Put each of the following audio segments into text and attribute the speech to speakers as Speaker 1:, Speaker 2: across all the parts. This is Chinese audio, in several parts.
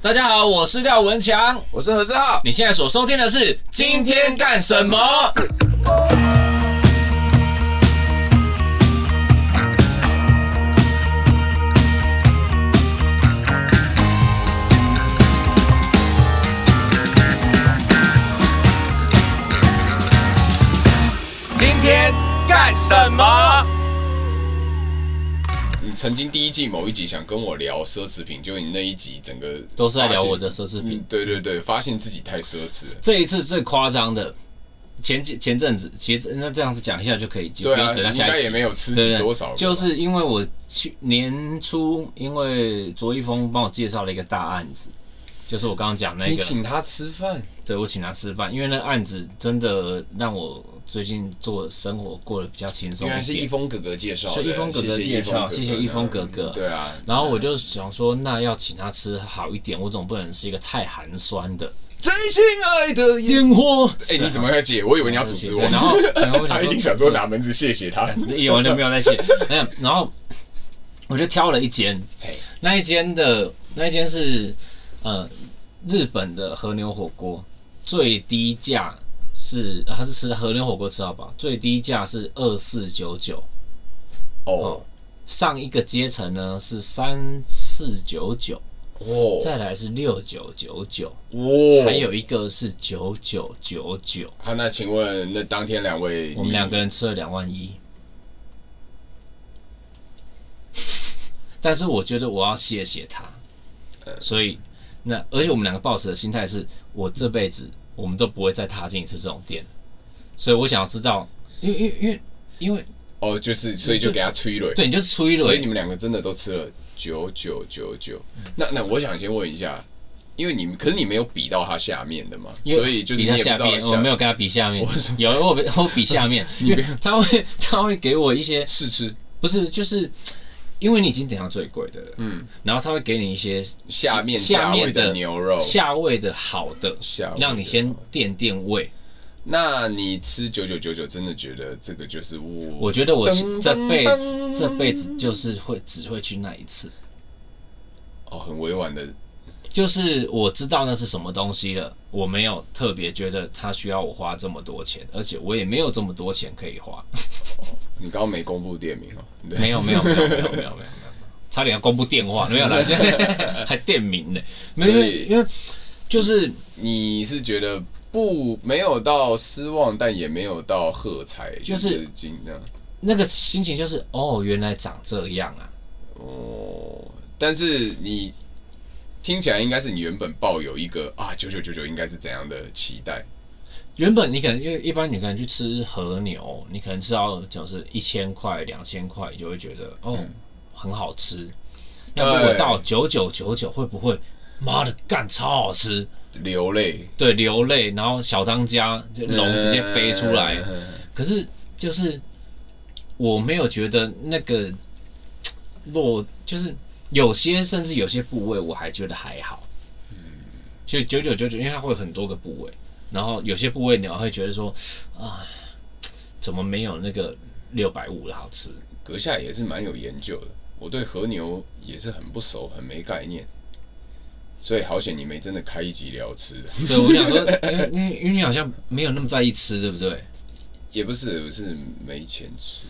Speaker 1: 大家好，我是廖文强。
Speaker 2: 我是何志浩。
Speaker 1: 你现在所收听的是《今天干什么》。
Speaker 3: 今天干什么？
Speaker 2: 你曾经第一季某一集想跟我聊奢侈品，就你那一集整个
Speaker 1: 都是在聊
Speaker 2: 发现
Speaker 1: 我的奢侈品
Speaker 2: 嗯对对对，发现自己太奢侈了。
Speaker 1: 这一次最夸张的，前几前阵子，其实那这样子讲一下就可以，就
Speaker 2: 对
Speaker 1: 不
Speaker 2: 啊，
Speaker 1: 用等到
Speaker 2: 应
Speaker 1: 下
Speaker 2: 该
Speaker 1: 一
Speaker 2: 也
Speaker 1: 集。
Speaker 2: 没有吃
Speaker 1: 对
Speaker 2: 起
Speaker 1: 对，
Speaker 2: 多少了吧，
Speaker 1: 就是因为我去年初，因为卓一峰帮我介绍了一个大案子，就是我刚刚讲那
Speaker 2: 你
Speaker 1: 个，
Speaker 2: 请他吃饭，
Speaker 1: 对我请他吃饭，因为那案子真的让我最近做生活过得比较轻松
Speaker 2: 原来
Speaker 1: 一
Speaker 2: 是一
Speaker 1: 点。
Speaker 2: 峰哥哥介绍的，
Speaker 1: 是一峰哥哥
Speaker 2: 谢谢
Speaker 1: 介绍
Speaker 2: 一峰哥哥
Speaker 1: 谢谢一峰哥哥
Speaker 2: 对啊，
Speaker 1: 然后我就想说，那要请他吃好一点，我总不能是一个太寒酸的
Speaker 2: 真心爱的眼。
Speaker 1: 烟火。
Speaker 2: 哎，你怎么要解？我以为你要组织我
Speaker 1: 对，然后然后我想
Speaker 2: 他一
Speaker 1: 说
Speaker 2: 定想说拿门子谢谢他。哦
Speaker 1: 也完全没有在线。哎呀，然后我就挑了一间
Speaker 2: 嘿，
Speaker 1: 那一间的那一间是呃日本的和牛火锅，最低价是呃它是吃和牛火锅吃到饱，最低价是二四九九，
Speaker 2: 哦
Speaker 1: 上一个阶层呢是三四九九，
Speaker 2: 哦，
Speaker 1: 再来是六九九九，
Speaker 2: 哦，
Speaker 1: 还有一个是九九九九，
Speaker 2: 啊，那请问那当天两位，
Speaker 1: 我们两个人吃了两万一。 但是我觉得我要谢谢他，
Speaker 2: 呃
Speaker 1: 所以那而且我们两个抱持的心态是，我这辈子我们都不会再踏进一次这种店，所以我想要知道，因为因为因为因为
Speaker 2: 哦，就是所以就给他催泪。
Speaker 1: 对你就是出一
Speaker 2: 所以你
Speaker 1: 轮，
Speaker 2: 们两个真的都吃了九九九九。那那我想先问一下，因为你们可是你没有比到它下面的嘛，
Speaker 1: 因为
Speaker 2: 所以就是
Speaker 1: 比他
Speaker 2: 你也不
Speaker 1: 下
Speaker 2: 知道
Speaker 1: 面，我没
Speaker 2: 有
Speaker 1: 有跟他比下面
Speaker 2: 我说，
Speaker 1: 有我比我比下 面，因为 他会他会给我一些
Speaker 2: 试吃
Speaker 1: 不是就是。因为你已经点到最贵的了，
Speaker 2: 嗯
Speaker 1: 嗯，然后他会给你一些
Speaker 2: 下面
Speaker 1: 下
Speaker 2: 价位
Speaker 1: 面
Speaker 2: 的牛肉。
Speaker 1: 下位的好的，
Speaker 2: 哦下位的
Speaker 1: 让你先垫垫位。
Speaker 2: 那你吃九九九九，真的觉得这个就是我
Speaker 1: 我觉得我
Speaker 2: 噔
Speaker 1: 这
Speaker 2: 噔
Speaker 1: 辈
Speaker 2: 噔
Speaker 1: 子这辈子就是会只会去那一次，
Speaker 2: 哦很委婉的
Speaker 1: 就是我知道那是什么东西了，我没有特别觉得它需要我花这么多钱，而且我也没有这么多钱可以花。
Speaker 2: 你刚刚没公布店名哦，对，
Speaker 1: 没有没有没有没有没有没有没有，差点要公布电话，没有啦，就是还店名呢，没有因
Speaker 2: 所
Speaker 1: 为
Speaker 2: 以
Speaker 1: 因为就是
Speaker 2: 你是觉得不没有到失望，但也没有到喝彩，
Speaker 1: 就是
Speaker 2: 惊这样。
Speaker 1: 那个心情就是哦，原来长这样啊。
Speaker 2: 哦，但是你听起来应该是你原本抱有一个啊九九九九应该是怎样的期待？
Speaker 1: 原本你可能因为一般你可能去吃和牛，你可能吃到就是一千块、两千块，你就会觉得哦、很好吃。那如果
Speaker 2: 对
Speaker 1: 到九九九九，会不会妈的干超好吃？
Speaker 2: 流泪，
Speaker 1: 对，流泪，然后小当家就龙直接飞出来。
Speaker 2: 嗯
Speaker 1: 可是就是我没有觉得那个落，就是有些甚至有些部位我还觉得还好。所以九九九九，因为它会有很多个部位，然后有些部位你会觉得说，啊，怎么没有那个六百五的好吃？
Speaker 2: 阁下也是蛮有研究的，我对和牛也是很不熟，很没概念。所以好险你没真的开一集聊吃的，
Speaker 1: 对我想说，因为因为因为你好像没有那么在意吃，对不对？
Speaker 2: 也不是我是没钱吃，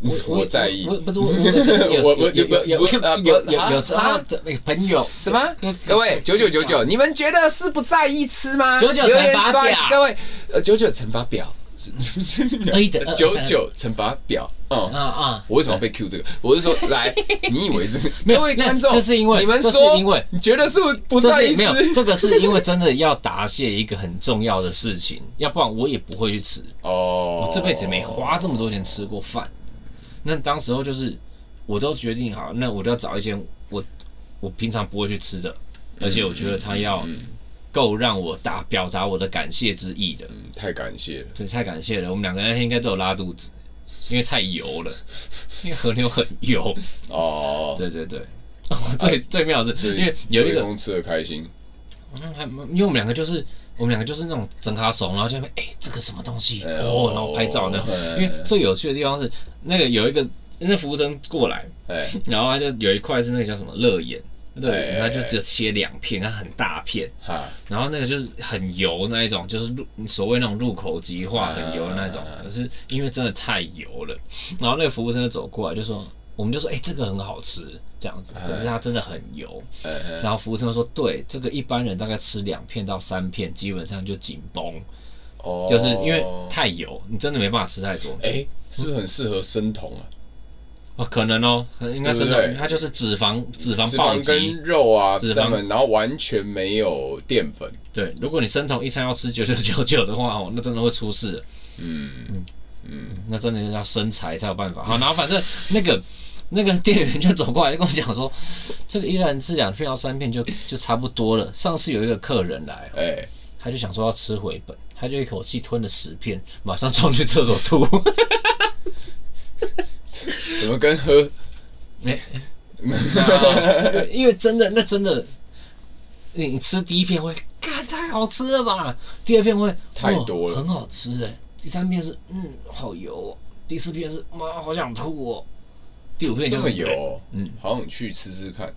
Speaker 1: 我
Speaker 2: 我在意
Speaker 1: 我不是我我我有有有有有有时候的那个朋友
Speaker 2: 什么？各位九九九九，你们觉得是不在意吃吗？
Speaker 1: 99乘
Speaker 2: 留言
Speaker 1: 法
Speaker 2: 刷
Speaker 1: 表
Speaker 2: 各位，呃，九九乘法表，
Speaker 1: 二一等二
Speaker 2: 九
Speaker 1: 三
Speaker 2: 九乘法表，
Speaker 1: 啊
Speaker 2: 嗯。
Speaker 1: 啊，
Speaker 2: 我为什么要被 Q 这个？我是说， 来，你以为这是
Speaker 1: 没有
Speaker 2: 各位观众？
Speaker 1: 那这是因为
Speaker 2: 你们
Speaker 1: 这是
Speaker 2: 说，
Speaker 1: 因为
Speaker 2: 你觉得是不不
Speaker 1: 这
Speaker 2: 在
Speaker 1: 是没
Speaker 2: 意吃？
Speaker 1: 有，这个是因为真的要答谢一个很重要的事情，要不然我也不会去吃。
Speaker 2: 哦
Speaker 1: 我这辈子没花这么多钱吃过饭。那当时候就是，我都决定好，那我就要找一间我我平常不会去吃的，而且我觉得它要
Speaker 2: 嗯
Speaker 1: 够让我达表达我的感谢之意的。
Speaker 2: 嗯太感谢了。
Speaker 1: 对，太感谢了，我们两个那天应该都有拉肚子，因为太油了，因为和牛很油。
Speaker 2: 哦，
Speaker 1: 对对对。 哦，最最妙的是，因为有一个
Speaker 2: 员工吃的开心，
Speaker 1: 嗯，还蛮因为我们两个就是我们两个就是那种整卡怂，然后就哎、诶这个什么东西
Speaker 2: 哎
Speaker 1: 哦，然后拍照呢。因
Speaker 2: 哎
Speaker 1: 为最有趣的地方是那个有一个那服务生过来，
Speaker 2: 哎，
Speaker 1: 然后他就有一块是那个叫什么乐眼，对，
Speaker 2: 哎
Speaker 1: 它就只有切两片，它很大片，
Speaker 2: 哈，
Speaker 1: 然后那个就是很油那一
Speaker 2: 哎
Speaker 1: 种，就是入所谓那种入口即化
Speaker 2: 嗯
Speaker 1: 很油的那种
Speaker 2: 嗯。嗯
Speaker 1: 可是因为真的太油了，然后那个服务生就走过来就说，我们就说，哎、这个很好吃这样子，可是它真的很油。
Speaker 2: 嗯嗯
Speaker 1: 然后服务生就说，对，这个一般人大概吃两片到三片，基本上就紧绷，
Speaker 2: 哦，
Speaker 1: 就是因为太油，你真的没办法吃太多。
Speaker 2: 哎，是不是很适合生酮啊？
Speaker 1: 哦，可能哦，可能应该是
Speaker 2: 对不对
Speaker 1: 它就是脂肪脂肪
Speaker 2: 脂
Speaker 1: 暴
Speaker 2: 肪
Speaker 1: 击
Speaker 2: 跟。肉啊，
Speaker 1: 脂肪
Speaker 2: 他们然后完全没有淀粉，
Speaker 1: 对，如果你生酮一餐要吃九九九九的话，哦，那真的会出事。
Speaker 2: 嗯，
Speaker 1: 那真的就是要身材才有办法。好，然后反正那个那个店员就走过来就跟我讲说，这个一个人吃两片到三片就就差不多了。上次有一个客人来，
Speaker 2: 哎，
Speaker 1: 他就想说要吃回本，他就一口气吞了十片，马上冲去厕所吐。
Speaker 2: 怎么跟 喝
Speaker 1: 哎哎 因为真的，那真的。你你吃第一片会，干太好吃了吧？第二片会
Speaker 2: 太多了
Speaker 1: 哦很好吃哎、第三片是嗯，好油、哦。第四片是妈，好想吐哦。第五片
Speaker 2: 这
Speaker 1: 就
Speaker 2: 么
Speaker 1: 是
Speaker 2: 油哦？
Speaker 1: 嗯
Speaker 2: 好想去吃吃看。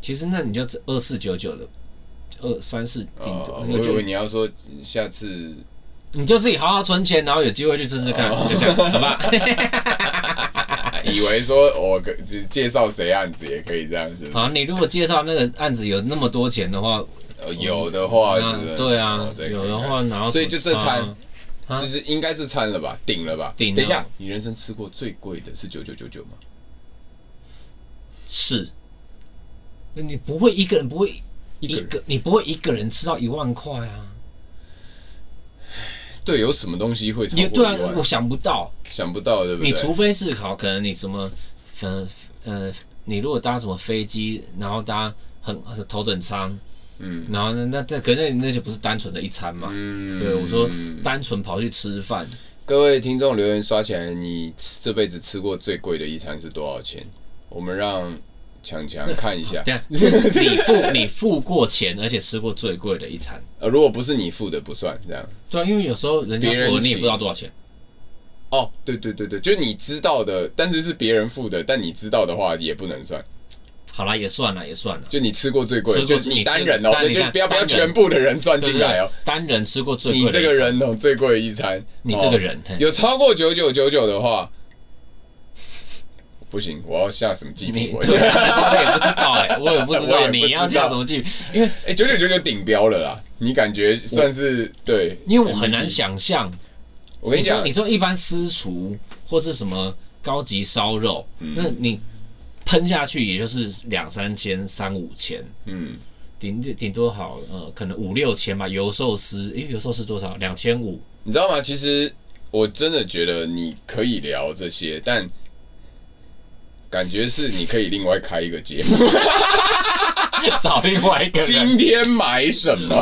Speaker 1: 其实那你就二四九九的二三四顶
Speaker 2: 哦
Speaker 1: 多，，
Speaker 2: 我
Speaker 1: 就
Speaker 2: 以为
Speaker 1: 就
Speaker 2: 你要说下次
Speaker 1: 你就自己好好存钱，然后有机会去试试
Speaker 2: 哦
Speaker 1: 看，就这 样，好吧？
Speaker 2: 啊以为说我跟只介绍谁案子也可以这样子，
Speaker 1: 好，你如果介绍那个案子有那么多钱的话，
Speaker 2: 呃有的话是不
Speaker 1: 那
Speaker 2: 是？
Speaker 1: 对
Speaker 2: 哦
Speaker 1: 啊，
Speaker 2: 再看看
Speaker 1: 有的话，然后
Speaker 2: 所以就这餐
Speaker 1: 啊，啊
Speaker 2: 就是应该这餐了吧，顶了吧？
Speaker 1: 顶了
Speaker 2: 等一下，你人生吃过最贵的是九九九九吗？
Speaker 1: 是，那你不会一个人不会
Speaker 2: 一
Speaker 1: 一
Speaker 2: 个人
Speaker 1: 个你不会一个人吃到一万块啊？
Speaker 2: 对，有什么东西会超
Speaker 1: 也
Speaker 2: 过
Speaker 1: 对啊
Speaker 2: 一，万
Speaker 1: 我？想不到，
Speaker 2: 想不到，对不对？
Speaker 1: 你除非是好，可能你什么，呃呃，你如果搭什么飞机，然后搭很头等舱，
Speaker 2: 嗯
Speaker 1: 然后呢，那那可能那就不是单纯的一餐嘛。
Speaker 2: 嗯
Speaker 1: 对，我说单纯跑去吃饭，
Speaker 2: 各位听众留言刷起来，你这辈子吃过最贵的一餐是多少钱？我们让强强看 一下。
Speaker 1: 这样是你付你付过钱，而且吃过最贵的一餐。
Speaker 2: 呃，如果不是你付的不算，这样。
Speaker 1: 对啊，因为有时候人家
Speaker 2: 别人
Speaker 1: 付了你也
Speaker 2: 请
Speaker 1: 不知道多少钱。
Speaker 2: 哦，对对对对，就是你知道的，但是是别人付的，但你知道的话也不能算。
Speaker 1: 好啦，也算了，也算了。
Speaker 2: 就你吃过最贵的，
Speaker 1: 吃过
Speaker 2: 就是你
Speaker 1: 你吃
Speaker 2: 单人哦，
Speaker 1: 单
Speaker 2: 对
Speaker 1: 你
Speaker 2: 就
Speaker 1: 单
Speaker 2: 不要不要
Speaker 1: 单人
Speaker 2: 全部的人算
Speaker 1: 对
Speaker 2: 进
Speaker 1: 不对
Speaker 2: 来哦。
Speaker 1: 单人吃过最
Speaker 2: 你
Speaker 1: 贵的
Speaker 2: 这
Speaker 1: 一餐，
Speaker 2: 个人哦，最贵的一餐，
Speaker 1: 你这个人
Speaker 2: 哦
Speaker 1: 嘿
Speaker 2: 有超过九九九九的话，不行，我要下什么祭
Speaker 1: 你
Speaker 2: 品
Speaker 1: 对
Speaker 2: 文？
Speaker 1: 啊，我也不知道哎，我也不知
Speaker 2: 我也
Speaker 1: 道
Speaker 2: 不
Speaker 1: 你要
Speaker 2: 知道
Speaker 1: 叫什么去，因为
Speaker 2: 哎，九九九九顶标了啦，你感觉算是对？
Speaker 1: 因为我很难
Speaker 2: MVP。
Speaker 1: 想象
Speaker 2: 我跟你
Speaker 1: 你说
Speaker 2: 讲
Speaker 1: 你，说一般私厨或是什么高级烧肉，
Speaker 2: 嗯
Speaker 1: 那你喷下去也就是两三千、三五千，
Speaker 2: 嗯，
Speaker 1: 顶顶多好呃，可能五六千吧。油寿司，诶，油寿司多少？两千五。
Speaker 2: 你知道吗？其实我真的觉得你可以聊这些，但感觉是你可以另外开一个节 目。
Speaker 1: 找另外一个人。
Speaker 2: 今天买什么？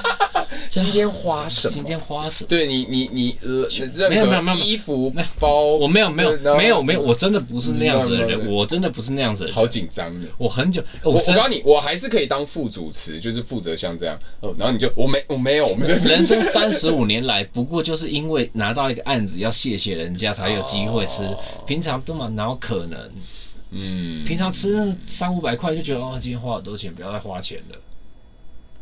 Speaker 2: 今天花什么
Speaker 1: 今？天花什么？
Speaker 2: 对你，你你呃，
Speaker 1: 没有没有
Speaker 2: 任
Speaker 1: 没
Speaker 2: 何
Speaker 1: 有
Speaker 2: 衣服包，
Speaker 1: 我没有没有
Speaker 2: 对然后嗯
Speaker 1: 没有
Speaker 2: 什么
Speaker 1: 没有，我真的不是那样子的
Speaker 2: 你知道
Speaker 1: 人，
Speaker 2: 吗
Speaker 1: 我真的不是那样子的人。
Speaker 2: 好紧张的。
Speaker 1: 我很久，
Speaker 2: 我
Speaker 1: 我
Speaker 2: 我
Speaker 1: 生
Speaker 2: 告诉你，我还是可以当副主持，就是负责像这样哦，然后你就我没我没有，我们在这
Speaker 1: 人生三十五年来，不过就是因为拿到一个案子，要谢谢人家才有机会
Speaker 2: 哦
Speaker 1: 吃，平常都嘛哪有可能？
Speaker 2: 嗯，
Speaker 1: 平常吃那三五百块就觉得哦，今天花好多钱，不要再花钱了，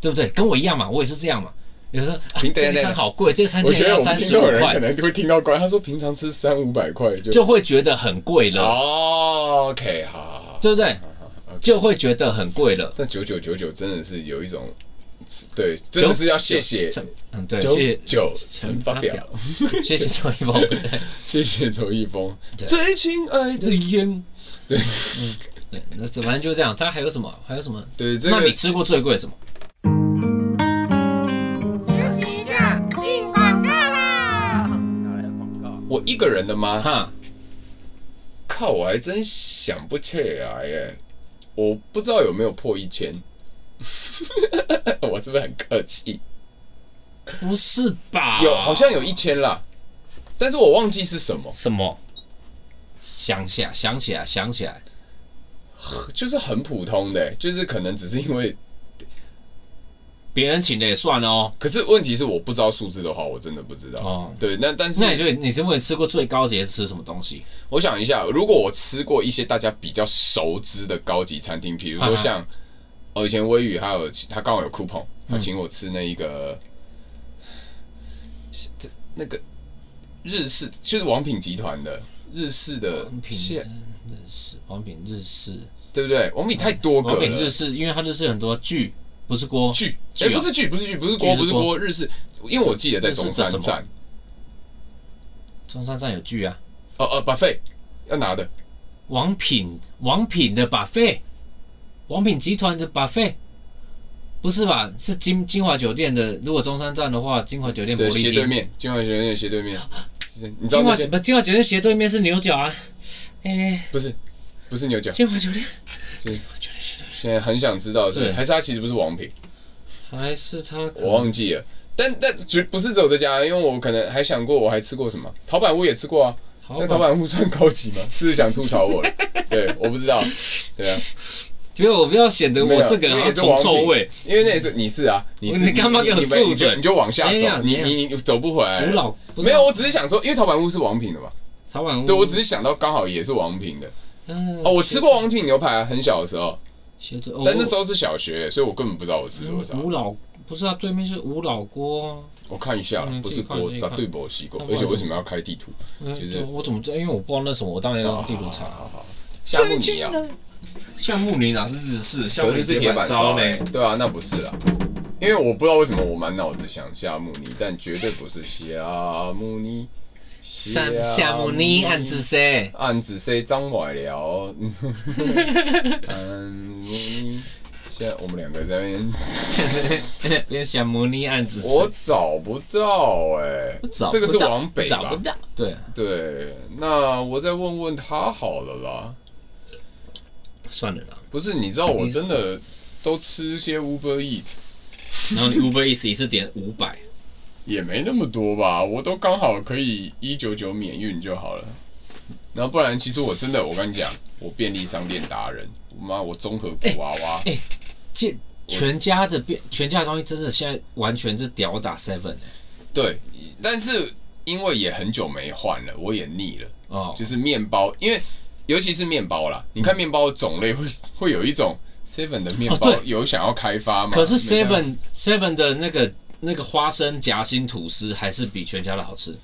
Speaker 1: 对不对？跟我一样嘛，我也是这样嘛。有时候、啊、
Speaker 2: 平等
Speaker 1: 这个
Speaker 2: 等
Speaker 1: 餐好贵，这个餐
Speaker 2: 我
Speaker 1: 竟
Speaker 2: 觉
Speaker 1: 然
Speaker 2: 得
Speaker 1: 要
Speaker 2: 我们
Speaker 1: 三
Speaker 2: 听
Speaker 1: 十五
Speaker 2: 众有人可
Speaker 1: 块，
Speaker 2: 能就会听到怪，他说平常吃三五百块就
Speaker 1: 就会觉得很贵了，
Speaker 2: 哦，OK，好好好，
Speaker 1: 对不对？就会觉得很贵了。
Speaker 2: 但九九九九真的是有一种，对，真的是要谢谢
Speaker 1: 九，嗯，对，
Speaker 2: 九
Speaker 1: 谢谢
Speaker 2: 九乘法表，
Speaker 1: 谢 谢周一峰。
Speaker 2: 谢谢周一峰，最亲爱的
Speaker 1: 这，烟，对，嗯，对，那反正就这样。他还有什么？还有什么？
Speaker 2: 对，这
Speaker 1: 那
Speaker 2: 个
Speaker 1: 你吃过最贵的什么？
Speaker 4: 休息一下，进广告啦！
Speaker 2: 我一个人的吗？
Speaker 1: 哈，
Speaker 2: 靠，我还真想不起来耶，我不知道有没有破一千， 我是不是很客气？
Speaker 1: 不是吧？
Speaker 2: 有，好像有一千啦，但是我忘记是什么，
Speaker 1: 什么？想起来，想起来，想起来，
Speaker 2: 就是很普通的耶，就是可能只是因为，
Speaker 1: 别人请的也算了哦。
Speaker 2: 可是问题是我不知道数字的话，我真的不知道。
Speaker 1: 哦
Speaker 2: 对，那但是
Speaker 1: 那你就你是问吃过最高级的是吃什么东西？
Speaker 2: 我想一下，如果我吃过一些大家比较熟知的高级餐厅，比如说像哦，以前微雨还有他刚好有 coupon，他
Speaker 1: 嗯
Speaker 2: 请我吃那一个，这那个日式就是王品集团的日式的
Speaker 1: 王品
Speaker 2: 蟹
Speaker 1: 真，的是王品日式，
Speaker 2: 对不对？王品太多个
Speaker 1: 王品日
Speaker 2: 了。
Speaker 1: 式，因为它日式很多剧，不是锅
Speaker 2: 剧
Speaker 1: 剧
Speaker 2: 哎，
Speaker 1: 啊
Speaker 2: 不是剧，不是剧，不是锅，
Speaker 1: 剧是
Speaker 2: 不是
Speaker 1: 锅
Speaker 2: 锅，日式，因为我记得在
Speaker 1: 日式
Speaker 2: 中
Speaker 1: 这
Speaker 2: 山
Speaker 1: 什么
Speaker 2: 站，
Speaker 1: 中山站有剧啊。
Speaker 2: 哦哦，buffet 要拿的，
Speaker 1: 王品王品的把费，王品集团的把费，不是吧？是金金华酒店的。如果中山站的话，金华酒店
Speaker 2: 对，
Speaker 1: 伯利
Speaker 2: 斜对
Speaker 1: 厅，
Speaker 2: 面，金华学院斜 对面，你知
Speaker 1: 金
Speaker 2: 道那
Speaker 1: 华
Speaker 2: 些
Speaker 1: 不金华酒店斜对面是牛角啊。哎、
Speaker 2: 不是不是牛角，
Speaker 1: 金华酒店，
Speaker 2: 是
Speaker 1: 金华酒店斜对面
Speaker 2: 现在很想知道是不是
Speaker 1: 对嗯
Speaker 2: 还是它其实不是王品，
Speaker 1: 还是他可
Speaker 2: 我
Speaker 1: 能
Speaker 2: 忘记了。但但绝不是只有这家，啊因为我可能还想过，我还吃过什么陶板屋也吃过啊。
Speaker 1: 好
Speaker 2: 那陶板屋算高级吗？是不是想吐槽我了？对，我不知道。对啊，
Speaker 1: 不要我不要显得
Speaker 2: 没
Speaker 1: 我
Speaker 2: 有
Speaker 1: 这个
Speaker 2: 因
Speaker 1: 人
Speaker 2: 为也
Speaker 1: 好
Speaker 2: 是
Speaker 1: 像铜
Speaker 2: 王
Speaker 1: 臭
Speaker 2: 品
Speaker 1: 味。，
Speaker 2: 因为那也是你是啊，你 是
Speaker 1: 你干嘛给我
Speaker 2: 你你
Speaker 1: 住嘴
Speaker 2: 你就你就往下
Speaker 1: 没
Speaker 2: 走，
Speaker 1: 有
Speaker 2: 你
Speaker 1: 没有
Speaker 2: 你你走不回来
Speaker 1: 古
Speaker 2: 了。
Speaker 1: 老不是
Speaker 2: 哎没有，我只是想说，因为陶板屋是王品的嘛，
Speaker 1: 陶碗屋，
Speaker 2: 对我只是想到刚好也是王品的。
Speaker 1: 嗯
Speaker 2: 哦，我吃过王品牛排啊，很小的时候，
Speaker 1: 斜对，哦
Speaker 2: 但那时候是小学，所以我根本不知道我吃多少。
Speaker 1: 吴老不是啊，对面是吴老锅啊。
Speaker 2: 我看一下啦，
Speaker 1: 嗯
Speaker 2: 不是
Speaker 1: 自
Speaker 2: 锅，
Speaker 1: 己看
Speaker 2: 咱对不洗过，
Speaker 1: 看
Speaker 2: 而且为什么要开地图？就是啊
Speaker 1: 嗯我怎么知道？因为我不知道那什么，我当然
Speaker 2: 好
Speaker 1: 要
Speaker 2: 好
Speaker 1: 地图
Speaker 2: 好
Speaker 1: 查。
Speaker 2: 好好，夏目你啊，
Speaker 1: 橡木泥哪是日式？橡
Speaker 2: 可
Speaker 1: 木
Speaker 2: 是
Speaker 1: 泥
Speaker 2: 是
Speaker 1: 铁
Speaker 2: 铁板烧
Speaker 1: 烧
Speaker 2: 嘞
Speaker 1: 嘞。，
Speaker 2: 对啊，那不是啦，因为我不知道为什么我满脑子想夏目尼，但绝对不是夏目尼。
Speaker 1: 夏夏木尼暗自 say，
Speaker 2: 暗指 C 张怀了，你说， 嗯，现在我们两个在那边，
Speaker 1: 连夏木尼暗自 say。
Speaker 2: 我找不到哎、
Speaker 1: 找不到
Speaker 2: 这个是往北
Speaker 1: 找不
Speaker 2: 吧？
Speaker 1: 到。对，啊
Speaker 2: 对，那我再问问他好了啦。
Speaker 1: 算了啦。
Speaker 2: 不是，你知道我真的都吃些 Uber Eat，
Speaker 1: 然后你 Uber Eats 一次点五百，
Speaker 2: 也没那么多吧，我都刚好可以一九九免运就好了。然后不然，其实我真的，我跟你讲，我便利商店达人，我妈我综合古娃娃，
Speaker 1: 哎这全家的变，全家的东西真的现在完全是屌打 seven 哎。
Speaker 2: 对，但是因为也很久没换了，我也腻了，
Speaker 1: 哦
Speaker 2: 就，是面包，因为尤其是面包啦，你看面包的种类会会有一种 Seven 的面包
Speaker 1: 哦对
Speaker 2: 有想要开发吗？
Speaker 1: 可是
Speaker 2: 没办法
Speaker 1: seven seven 的那个那个花生夹心吐司还是比全家的好吃。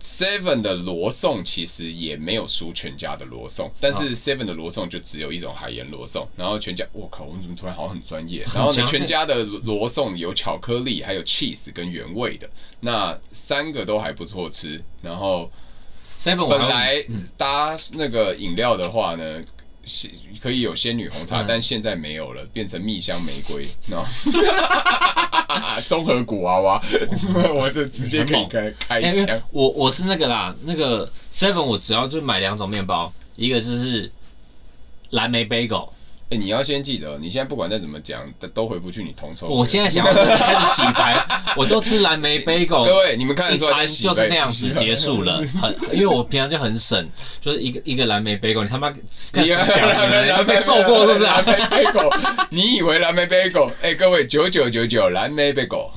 Speaker 2: Seven 的罗宋其实也没有输全家的罗宋，但
Speaker 1: 啊
Speaker 2: 是 Seven 的罗宋就只有一种海盐罗宋，然后全家，我靠，我们怎么突然好像很 专业？然后呢，
Speaker 1: 强欸
Speaker 2: 全家的罗宋有巧克力，还有 cheese 跟原味的，那三个都还不错吃。然后
Speaker 1: seven 我
Speaker 2: 本
Speaker 1: 还
Speaker 2: 来搭那个饮料的话呢。是可以有仙女红茶，
Speaker 1: 嗯
Speaker 2: 但现在没有了，变成蜜香玫瑰，然后 综合古娃娃， 我这直接可以开开
Speaker 1: 哎没有
Speaker 2: 箱。
Speaker 1: 我我是那个啦，那个 Seven 我只要就买两种面包，一个就是蓝莓 bagel。
Speaker 2: 哎、你要先记得，你现在不管再怎么讲，都都回不去你同仇。
Speaker 1: 我现在想要开始洗白，我都吃蓝莓 bagel，
Speaker 2: 哦各位，你们看
Speaker 1: 一
Speaker 2: 得出
Speaker 1: 餐
Speaker 2: 来在洗
Speaker 1: 就
Speaker 2: 呗
Speaker 1: 是那样子结束了。很，因为我平常就很省，就是一个一个蓝莓 bagel，你他妈干
Speaker 2: 你
Speaker 1: 什么表情呢？你要被揍过是不是啊
Speaker 2: 蓝？莓 bagel，你以为蓝莓 bagel？哎、各位，九九九九蓝莓 bagel，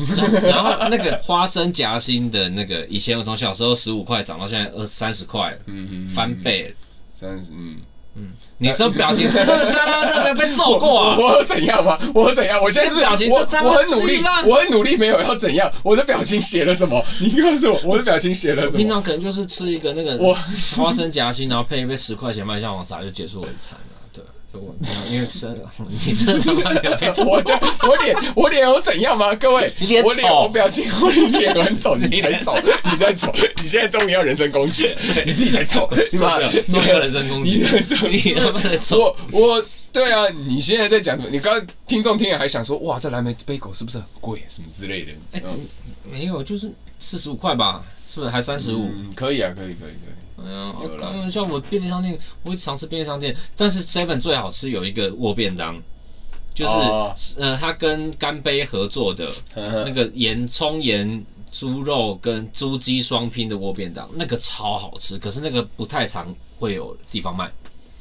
Speaker 1: 然后那个花生夹心的那个，以前我从小时候十五块涨到现在二三十块了，
Speaker 2: 嗯嗯，
Speaker 1: 翻倍了。
Speaker 2: 三十，嗯，
Speaker 1: 你这表情是不是他妈的没被揍过啊？
Speaker 2: 我有怎样吗？我有怎样？我现在是不
Speaker 1: 这表情
Speaker 2: 是我
Speaker 1: 这他妈
Speaker 2: 我很努力
Speaker 1: 是吗，
Speaker 2: 我很努力，没有要怎样？我的表情写了什么？你告诉我，我的表情写了什
Speaker 1: 平
Speaker 2: 么？
Speaker 1: 常可能就是吃一个那个
Speaker 2: 我
Speaker 1: 花生夹心，然后配一杯十块钱麦香红茶就结束晚餐了。对，就我因为真的，你真的他妈没有被揍
Speaker 2: 我的我脸我脸有怎样吗？各位，
Speaker 1: 你脸
Speaker 2: 我脸
Speaker 1: 丑
Speaker 2: 我表情我脸很丑，你才 丑，你才丑，你现在终于要人身攻击了，你自己 才丑，你
Speaker 1: 受不
Speaker 2: 妈
Speaker 1: 了，终于有人身攻击
Speaker 2: 你很丑，
Speaker 1: 你他妈的丑，
Speaker 2: 我我对啊，你现在在讲什么？你刚刚听众听了还想说，哇，这蓝莓杯狗是不是很贵什么之类的？
Speaker 1: 哎
Speaker 2: 嗯
Speaker 1: 没有，就是四十五块吧，是不是还三十五？
Speaker 2: 嗯，可以啊，可以可以可
Speaker 1: 哎呀，
Speaker 2: 有啦
Speaker 1: 刚刚像我便利商店，我会常吃便利商店，但是 Seven 最好吃有一个握便当，就是、
Speaker 2: 哦
Speaker 1: 呃，它跟干杯合作的，
Speaker 2: 以呵
Speaker 1: 那
Speaker 2: 呵。
Speaker 1: 个盐葱盐猪肉跟猪鸡双拼的窝便当，那个超好吃，可是那个不太常会有地方卖。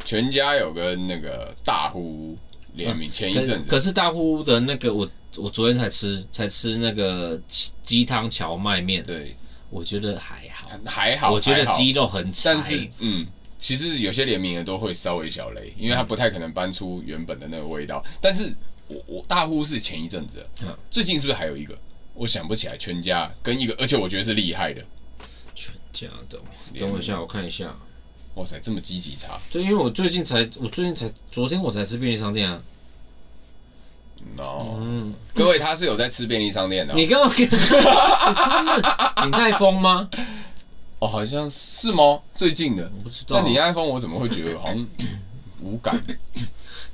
Speaker 2: 全家有跟那个大呼联名，前一
Speaker 1: 可
Speaker 2: 阵
Speaker 1: 可
Speaker 2: 子
Speaker 1: 是大户屋的那个我。我昨天才吃，才吃那个鸡鸡汤荞麦面，
Speaker 2: 对
Speaker 1: 我觉得还好，
Speaker 2: 还好，
Speaker 1: 我觉得
Speaker 2: 还好
Speaker 1: 鸡，肉很柴，
Speaker 2: 但是嗯，其实有些联名的都会稍微小雷，因为它不太可能搬出原本的那个味道。但是我我大呼是前一阵子的
Speaker 1: 嗯，
Speaker 2: 最近是不是还有一个？我想不起来，全家跟一个，而且我觉得是厉害的。
Speaker 1: 全家的，
Speaker 2: 嗯
Speaker 1: 等我一下，我看一下。
Speaker 2: 哇塞，这么积极差，
Speaker 1: 对，因为我最近才，我最近才，昨天我才吃便利商店啊。
Speaker 2: 然后
Speaker 1: 嗯，
Speaker 2: 哦各位他是有在吃便利商店的哦
Speaker 1: 你跟我， 你真的是你太疯吗？
Speaker 2: 哦，好像是吗？最近的，
Speaker 1: 我不知道。
Speaker 2: 但你 iPhone 我怎么会觉得好像无感？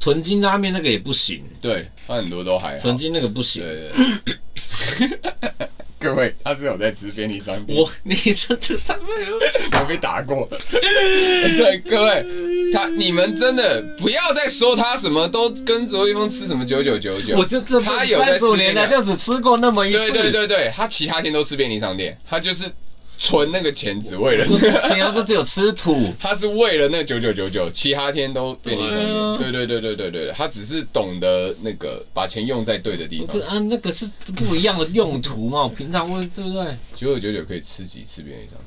Speaker 1: 豚筋拉面那个也不行，
Speaker 2: 对，他很多都还好
Speaker 1: 豚。筋那个不行。
Speaker 2: 对对对各位，他是有在吃便利商店的。
Speaker 1: 我，你真的他妈有
Speaker 2: 我被打过。对，各位，他你们真的不要再说他什么都跟卓一峰吃什么九九九九，
Speaker 1: 我就这
Speaker 2: 他
Speaker 1: 辈
Speaker 2: 有
Speaker 1: 子
Speaker 2: 在
Speaker 1: 三
Speaker 2: 吃
Speaker 1: 十五年来
Speaker 2: 那
Speaker 1: 就只吃过那么一次。
Speaker 2: 对对对对，他其他天都吃便利商店，他就是存那个钱只为了。
Speaker 1: 对，平常就只有吃土。
Speaker 2: 他是为了那九九九九，其他天都便利商
Speaker 1: 对啊
Speaker 2: 店。对对对对对对，他只是懂得那个把钱用在对的地
Speaker 1: 不是
Speaker 2: 方。
Speaker 1: 啊，那个是不一样的用途嘛。我平常会对不对？
Speaker 2: 九九九九可以吃几次便利商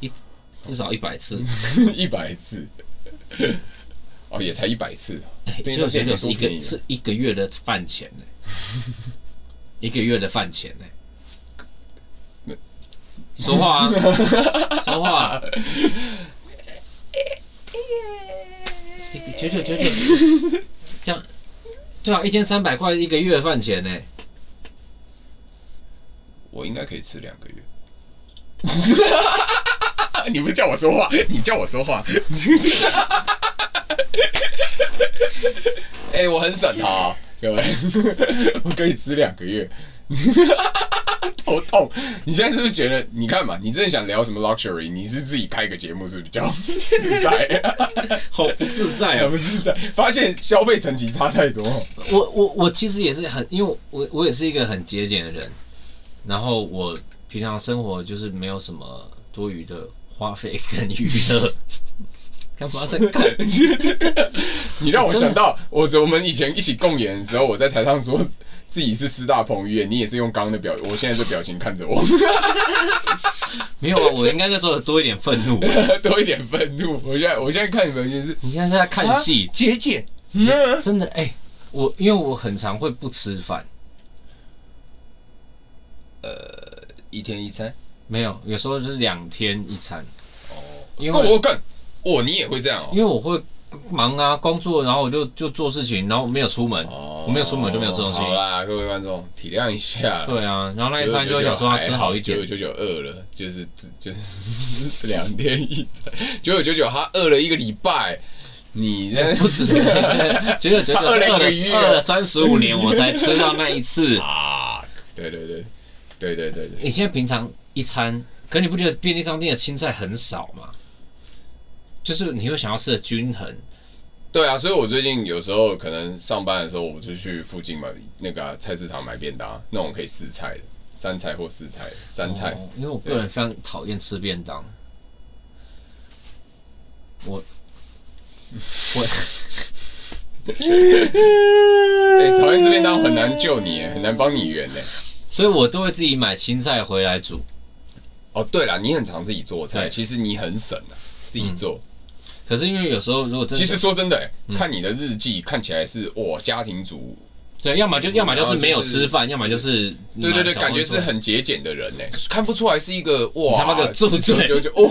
Speaker 2: 店？
Speaker 1: 至少一百次，
Speaker 2: 一百次。哦，也才一百次。便利
Speaker 1: 就九
Speaker 2: 商店
Speaker 1: 九
Speaker 2: 有
Speaker 1: 是
Speaker 2: 多
Speaker 1: 一
Speaker 2: 便宜
Speaker 1: 个
Speaker 2: 啊？
Speaker 1: 是一个月的饭钱呢、一个月的饭钱呢、说话啊，说话、啊。九九九九，这样对啊，一天三百块，一个月的饭钱呢、
Speaker 2: 我应该可以吃两个月。 你不叫我说话，你叫我说话。哎、我很省啊，各位，我可以吃两个月。头痛，你现在是不是觉得？你看嘛，你真的想聊什么 luxury？你是自己开个节目是不是比较 自在？
Speaker 1: 好不自在
Speaker 2: 还
Speaker 1: 哦。
Speaker 2: 不是自在？发现消费层级差太多。
Speaker 1: 我我我其实也是很，因为我我也是一个很节俭的人，然后我平常生活就是没有什么多余的花费跟娱乐，干嘛在干？
Speaker 2: 你让我想到，我我们以前一起共演的时候，我在台上说自己是师大彭于晏，你也是用刚刚的表，我现在这表情看着我，
Speaker 1: 没有啊，我应该那时候有多一点愤怒。
Speaker 2: 多一点愤怒。我现在我现在看你们就是
Speaker 1: 你现在是在看戏，
Speaker 2: 节俭，
Speaker 1: 真的哎、我因为我很常会不吃饭，
Speaker 2: 一天一餐，
Speaker 1: 没有，有时候就是两天一餐。哦，因
Speaker 2: 够
Speaker 1: 为
Speaker 2: 我干，哇，你也会这样哦
Speaker 1: 因。为我会忙啊，工作，然后我就就做事情，然后没有出门，
Speaker 2: 哦
Speaker 1: 我没有出门我就没有吃东西。
Speaker 2: 好啦，各位观众，体谅一下。
Speaker 1: 对啊，然后那一
Speaker 2: 9999还，
Speaker 1: 餐就会想说要吃好一点
Speaker 2: 九。九九饿了，就是就是两天一餐。九九九九，他饿了一个礼拜，你在
Speaker 1: 不 止，九九九九
Speaker 2: 饿
Speaker 1: 是
Speaker 2: 了一
Speaker 1: 饿
Speaker 2: 个
Speaker 1: 了
Speaker 2: 月。
Speaker 1: 饿了三十五年，我才吃到那一次
Speaker 2: 啊，对对对，对对对对，
Speaker 1: 你现在平常一餐，可你不觉得便利商店的青菜很少吗？就是你会想要吃的均衡，
Speaker 2: 对啊，所以我最近有时候可能上班的时候，我就去附近买那个啊、菜市场买便当，那种可以四菜的，三菜或四菜，三菜。
Speaker 1: 哦因为我个人非常讨厌吃便当。我我
Speaker 2: 哎、讨厌吃便当很难救你耶，很难帮你圆呢。
Speaker 1: 所以，我都会自己买青菜回来煮。
Speaker 2: 哦，对了，你很常自己做菜，
Speaker 1: 对
Speaker 2: 其实你很省啊，自己做。
Speaker 1: 可是因为有时候如果真的嗯
Speaker 2: 其实说真的、哎看你的日记看起来是哇，家庭主
Speaker 1: 对，要么就要么就是没有
Speaker 2: 然后就是
Speaker 1: 吃饭，要么就是
Speaker 2: 对对
Speaker 1: 买
Speaker 2: 对，
Speaker 1: 小
Speaker 2: 感觉
Speaker 1: 馄饨
Speaker 2: 是很节俭的人呢，看不出来是一个哇，
Speaker 1: 你他妈给我住嘴
Speaker 2: 九九哦，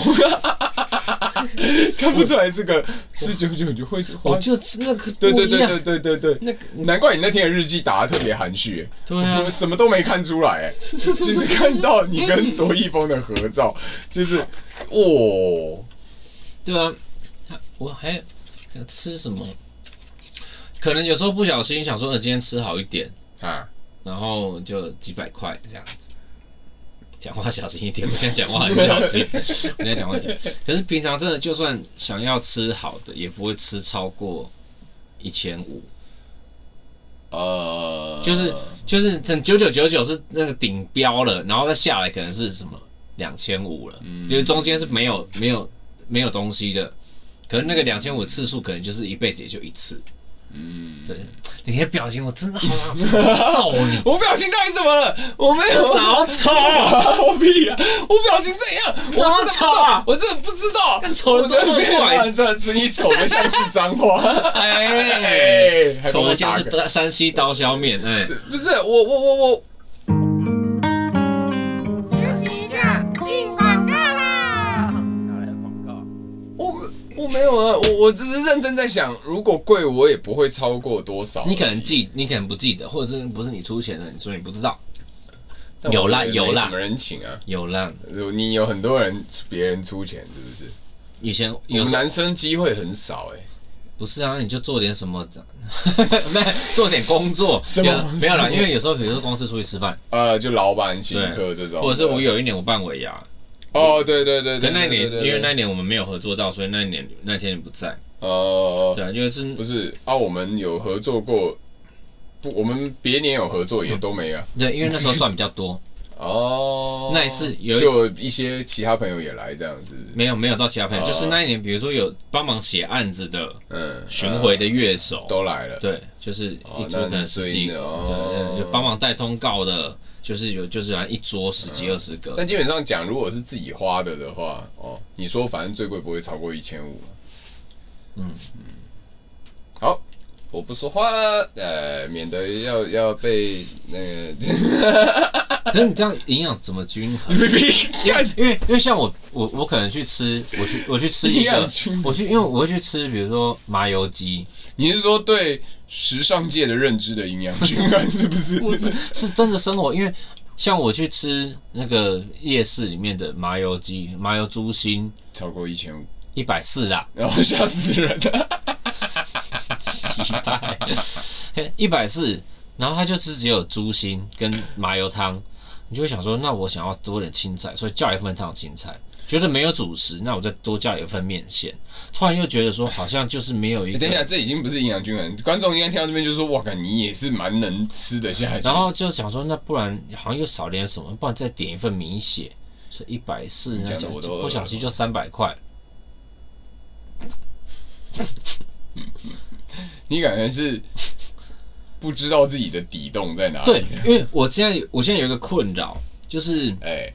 Speaker 2: 看不出来是个四九九就会
Speaker 1: 我
Speaker 2: 花，
Speaker 1: 就是那个
Speaker 2: 对对
Speaker 1: 不一
Speaker 2: 对
Speaker 1: 样
Speaker 2: 对对对对，
Speaker 1: 那个
Speaker 2: 难怪你那天的日记打的特别含蓄，
Speaker 1: 对啊
Speaker 2: 我什么都没看出 来，哎就是看到你跟卓一峰的合照，就是哦，
Speaker 1: 对啊，我还想吃什么？可能有时候不小心想说，呃，今天吃好一点，
Speaker 2: 啊，
Speaker 1: 然后就几百块这样子。讲话小心一点，我现在讲话很小心，我现在讲话很小心。可是平常真的，就算想要吃好的，也不会吃超过一千五，
Speaker 2: 呃，
Speaker 1: 就是就是等九九九九是那个顶标了，然后再下来可能是什么两千五了，就是中间是没有没有没有东西的。可是那个两千五次数可能就是一辈子也就一次，
Speaker 2: 嗯，，
Speaker 1: 对，你的表情我真的好想揍你
Speaker 2: 我表情到底怎么了？我没有。
Speaker 1: 好丑，
Speaker 2: 我屁啊！我表情这样，我真的不
Speaker 1: 怎
Speaker 2: 知
Speaker 1: 么丑啊
Speaker 2: 道，我真的不知道。
Speaker 1: 跟丑人多作怪
Speaker 2: 我真的是你丑的像是脏话。
Speaker 1: 哎，
Speaker 2: 哎，还帮
Speaker 1: 丑
Speaker 2: 我
Speaker 1: 的
Speaker 2: 打
Speaker 1: 像
Speaker 2: 个
Speaker 1: 是刀山西刀削面，哎，
Speaker 2: 不是我我我我
Speaker 4: 休息一下，进广告啦！
Speaker 2: 我我没有啊，我我只是认真在想，如果贵我也不会超过多少。
Speaker 1: 你可能记，你可能不记得，或者是不是你出钱的，所以你不知道。
Speaker 2: 但我
Speaker 1: 有啦
Speaker 2: 也没
Speaker 1: 有啦
Speaker 2: 什么人情啊？
Speaker 1: 有啦，
Speaker 2: 你有很多人别人出钱是不是？
Speaker 1: 以前
Speaker 2: 我
Speaker 1: 有
Speaker 2: 们
Speaker 1: 时候
Speaker 2: 男生机会很少哎、
Speaker 1: 不是啊，你就做点什么， 那做点工作，
Speaker 2: 什么
Speaker 1: 有没有
Speaker 2: 什
Speaker 1: 啦，
Speaker 2: 么
Speaker 1: 因为有时候比如说公司出去吃饭，
Speaker 2: 呃，就老板请
Speaker 1: 对
Speaker 2: 客这种的，
Speaker 1: 或者是我有一年我办尾牙，
Speaker 2: 哦，对对哦啊对对，
Speaker 1: 跟那一
Speaker 2: 对
Speaker 1: 年
Speaker 2: 对对
Speaker 1: 因为那一年我们没有合作到，所以那一年那天你不在，
Speaker 2: 哦，
Speaker 1: 对啊，就是
Speaker 2: 不是啊，我们有合作过，不，我们别年有合作也都没啊。
Speaker 1: 对，因为那时候赚比较多，
Speaker 2: 哦，
Speaker 1: 那一次有一次
Speaker 2: 就一些其他朋友也来这样子，
Speaker 1: 没有没有到其他朋友，
Speaker 2: 哦
Speaker 1: 就是那一年比如说有帮忙写案子的
Speaker 2: 嗯，
Speaker 1: 巡回的乐手
Speaker 2: 呃，都来了，
Speaker 1: 对，就是一
Speaker 2: 哦
Speaker 1: 桌
Speaker 2: 那
Speaker 1: 可能
Speaker 2: 你
Speaker 1: 十
Speaker 2: 最
Speaker 1: 几
Speaker 2: 硬
Speaker 1: 个，
Speaker 2: 的哦
Speaker 1: 对，有帮忙带通告的，就是有就是啊来一桌十几二十个，
Speaker 2: 但基本上讲，如果是自己花的的话，哦，你说反正最贵不会超过一千五。
Speaker 1: 嗯
Speaker 2: 好，我不说话了，呃，免得要要被那 个，
Speaker 1: 可是你这样营养怎么均衡？
Speaker 2: 干
Speaker 1: 因为因为像我我我可能去吃，我去我去吃一
Speaker 2: 营养
Speaker 1: 个
Speaker 2: 均，衡
Speaker 1: 我去因为我会去吃，比如说麻油 鸡，
Speaker 2: 你是说对时尚界的认知的营养均衡是不是？
Speaker 1: 不是是真的生活，因为像我去吃那个夜市里面的麻油鸡，麻油猪心
Speaker 2: 超过一千五，
Speaker 1: 一百四啦，
Speaker 2: 然后吓死 人了。
Speaker 1: 一百一百四，然后它就只只有猪心跟麻油汤，你就会想说，那我想要多点青菜，所以叫一份烫青菜。觉得没有主食，那我再多叫一份面线。突然又觉得说，好像就是没有一
Speaker 2: 欸
Speaker 1: 个。
Speaker 2: 等一下，这已经不是营养均衡，观众应该听到这边就说：“哇，感你也是蛮能吃得下去。”
Speaker 1: 然后就想说，那不然好像又少点什么，不然再点一份米血，是一百四，
Speaker 2: 你
Speaker 1: 那
Speaker 2: 讲
Speaker 1: 讲
Speaker 2: 的我都啊饿
Speaker 1: 不小
Speaker 2: 了
Speaker 1: 心就三百块。
Speaker 2: 你感觉是不知道自己的底洞在哪里。啊
Speaker 1: 对，因为我现在我现在有一个困扰， 就是
Speaker 2: 哎、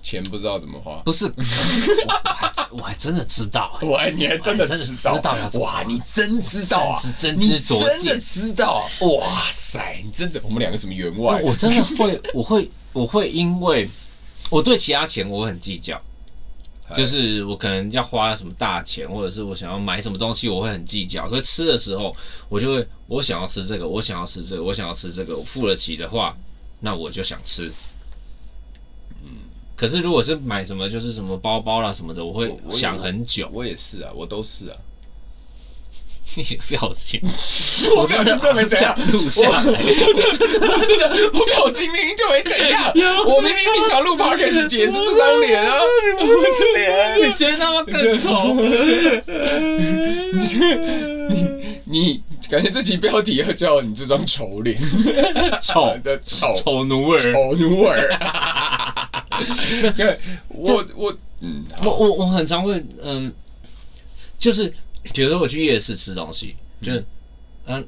Speaker 2: 钱不知道怎么花。
Speaker 1: 不是 我我还我还真的知道、欸，
Speaker 2: 哇，你还真的
Speaker 1: 我还真的
Speaker 2: 知道？
Speaker 1: 知道要怎么
Speaker 2: 哇，
Speaker 1: 花
Speaker 2: 你真知道啊！
Speaker 1: 真知真
Speaker 2: 你
Speaker 1: 知灼见
Speaker 2: 真的知道啊！哇塞，你真的，我们两个什么员外？啊
Speaker 1: 我真的会， 我会我会因为我对其他钱我很计较。
Speaker 2: 哎
Speaker 1: 就是我可能要花什么大钱，或者是我想要买什么东西，我会很计较。可是吃的时候，我就会我想要吃这个，我想要吃这个，我想要吃这个，我付得起的话，那我就想吃。嗯可是如果是买什么就是什么包包啦什么的，我会
Speaker 2: 我我也
Speaker 1: 想很久。
Speaker 2: 我也是啊，我都是啊。
Speaker 1: 你的表情，
Speaker 2: 我表情真没怎样，
Speaker 1: 录下来。
Speaker 2: 我真的，我表情明明就没怎 样，我明明平常录 podcast 也是这张脸啊。
Speaker 1: 啊你觉得他妈更丑？
Speaker 2: 你感觉这期标题要叫你这张丑脸，
Speaker 1: 丑
Speaker 2: 的丑
Speaker 1: 丑奴儿。
Speaker 2: 丑奴 儿。看我我嗯，
Speaker 1: 我我我很常会，嗯，就是比如说我去夜市吃东西，就是嗯、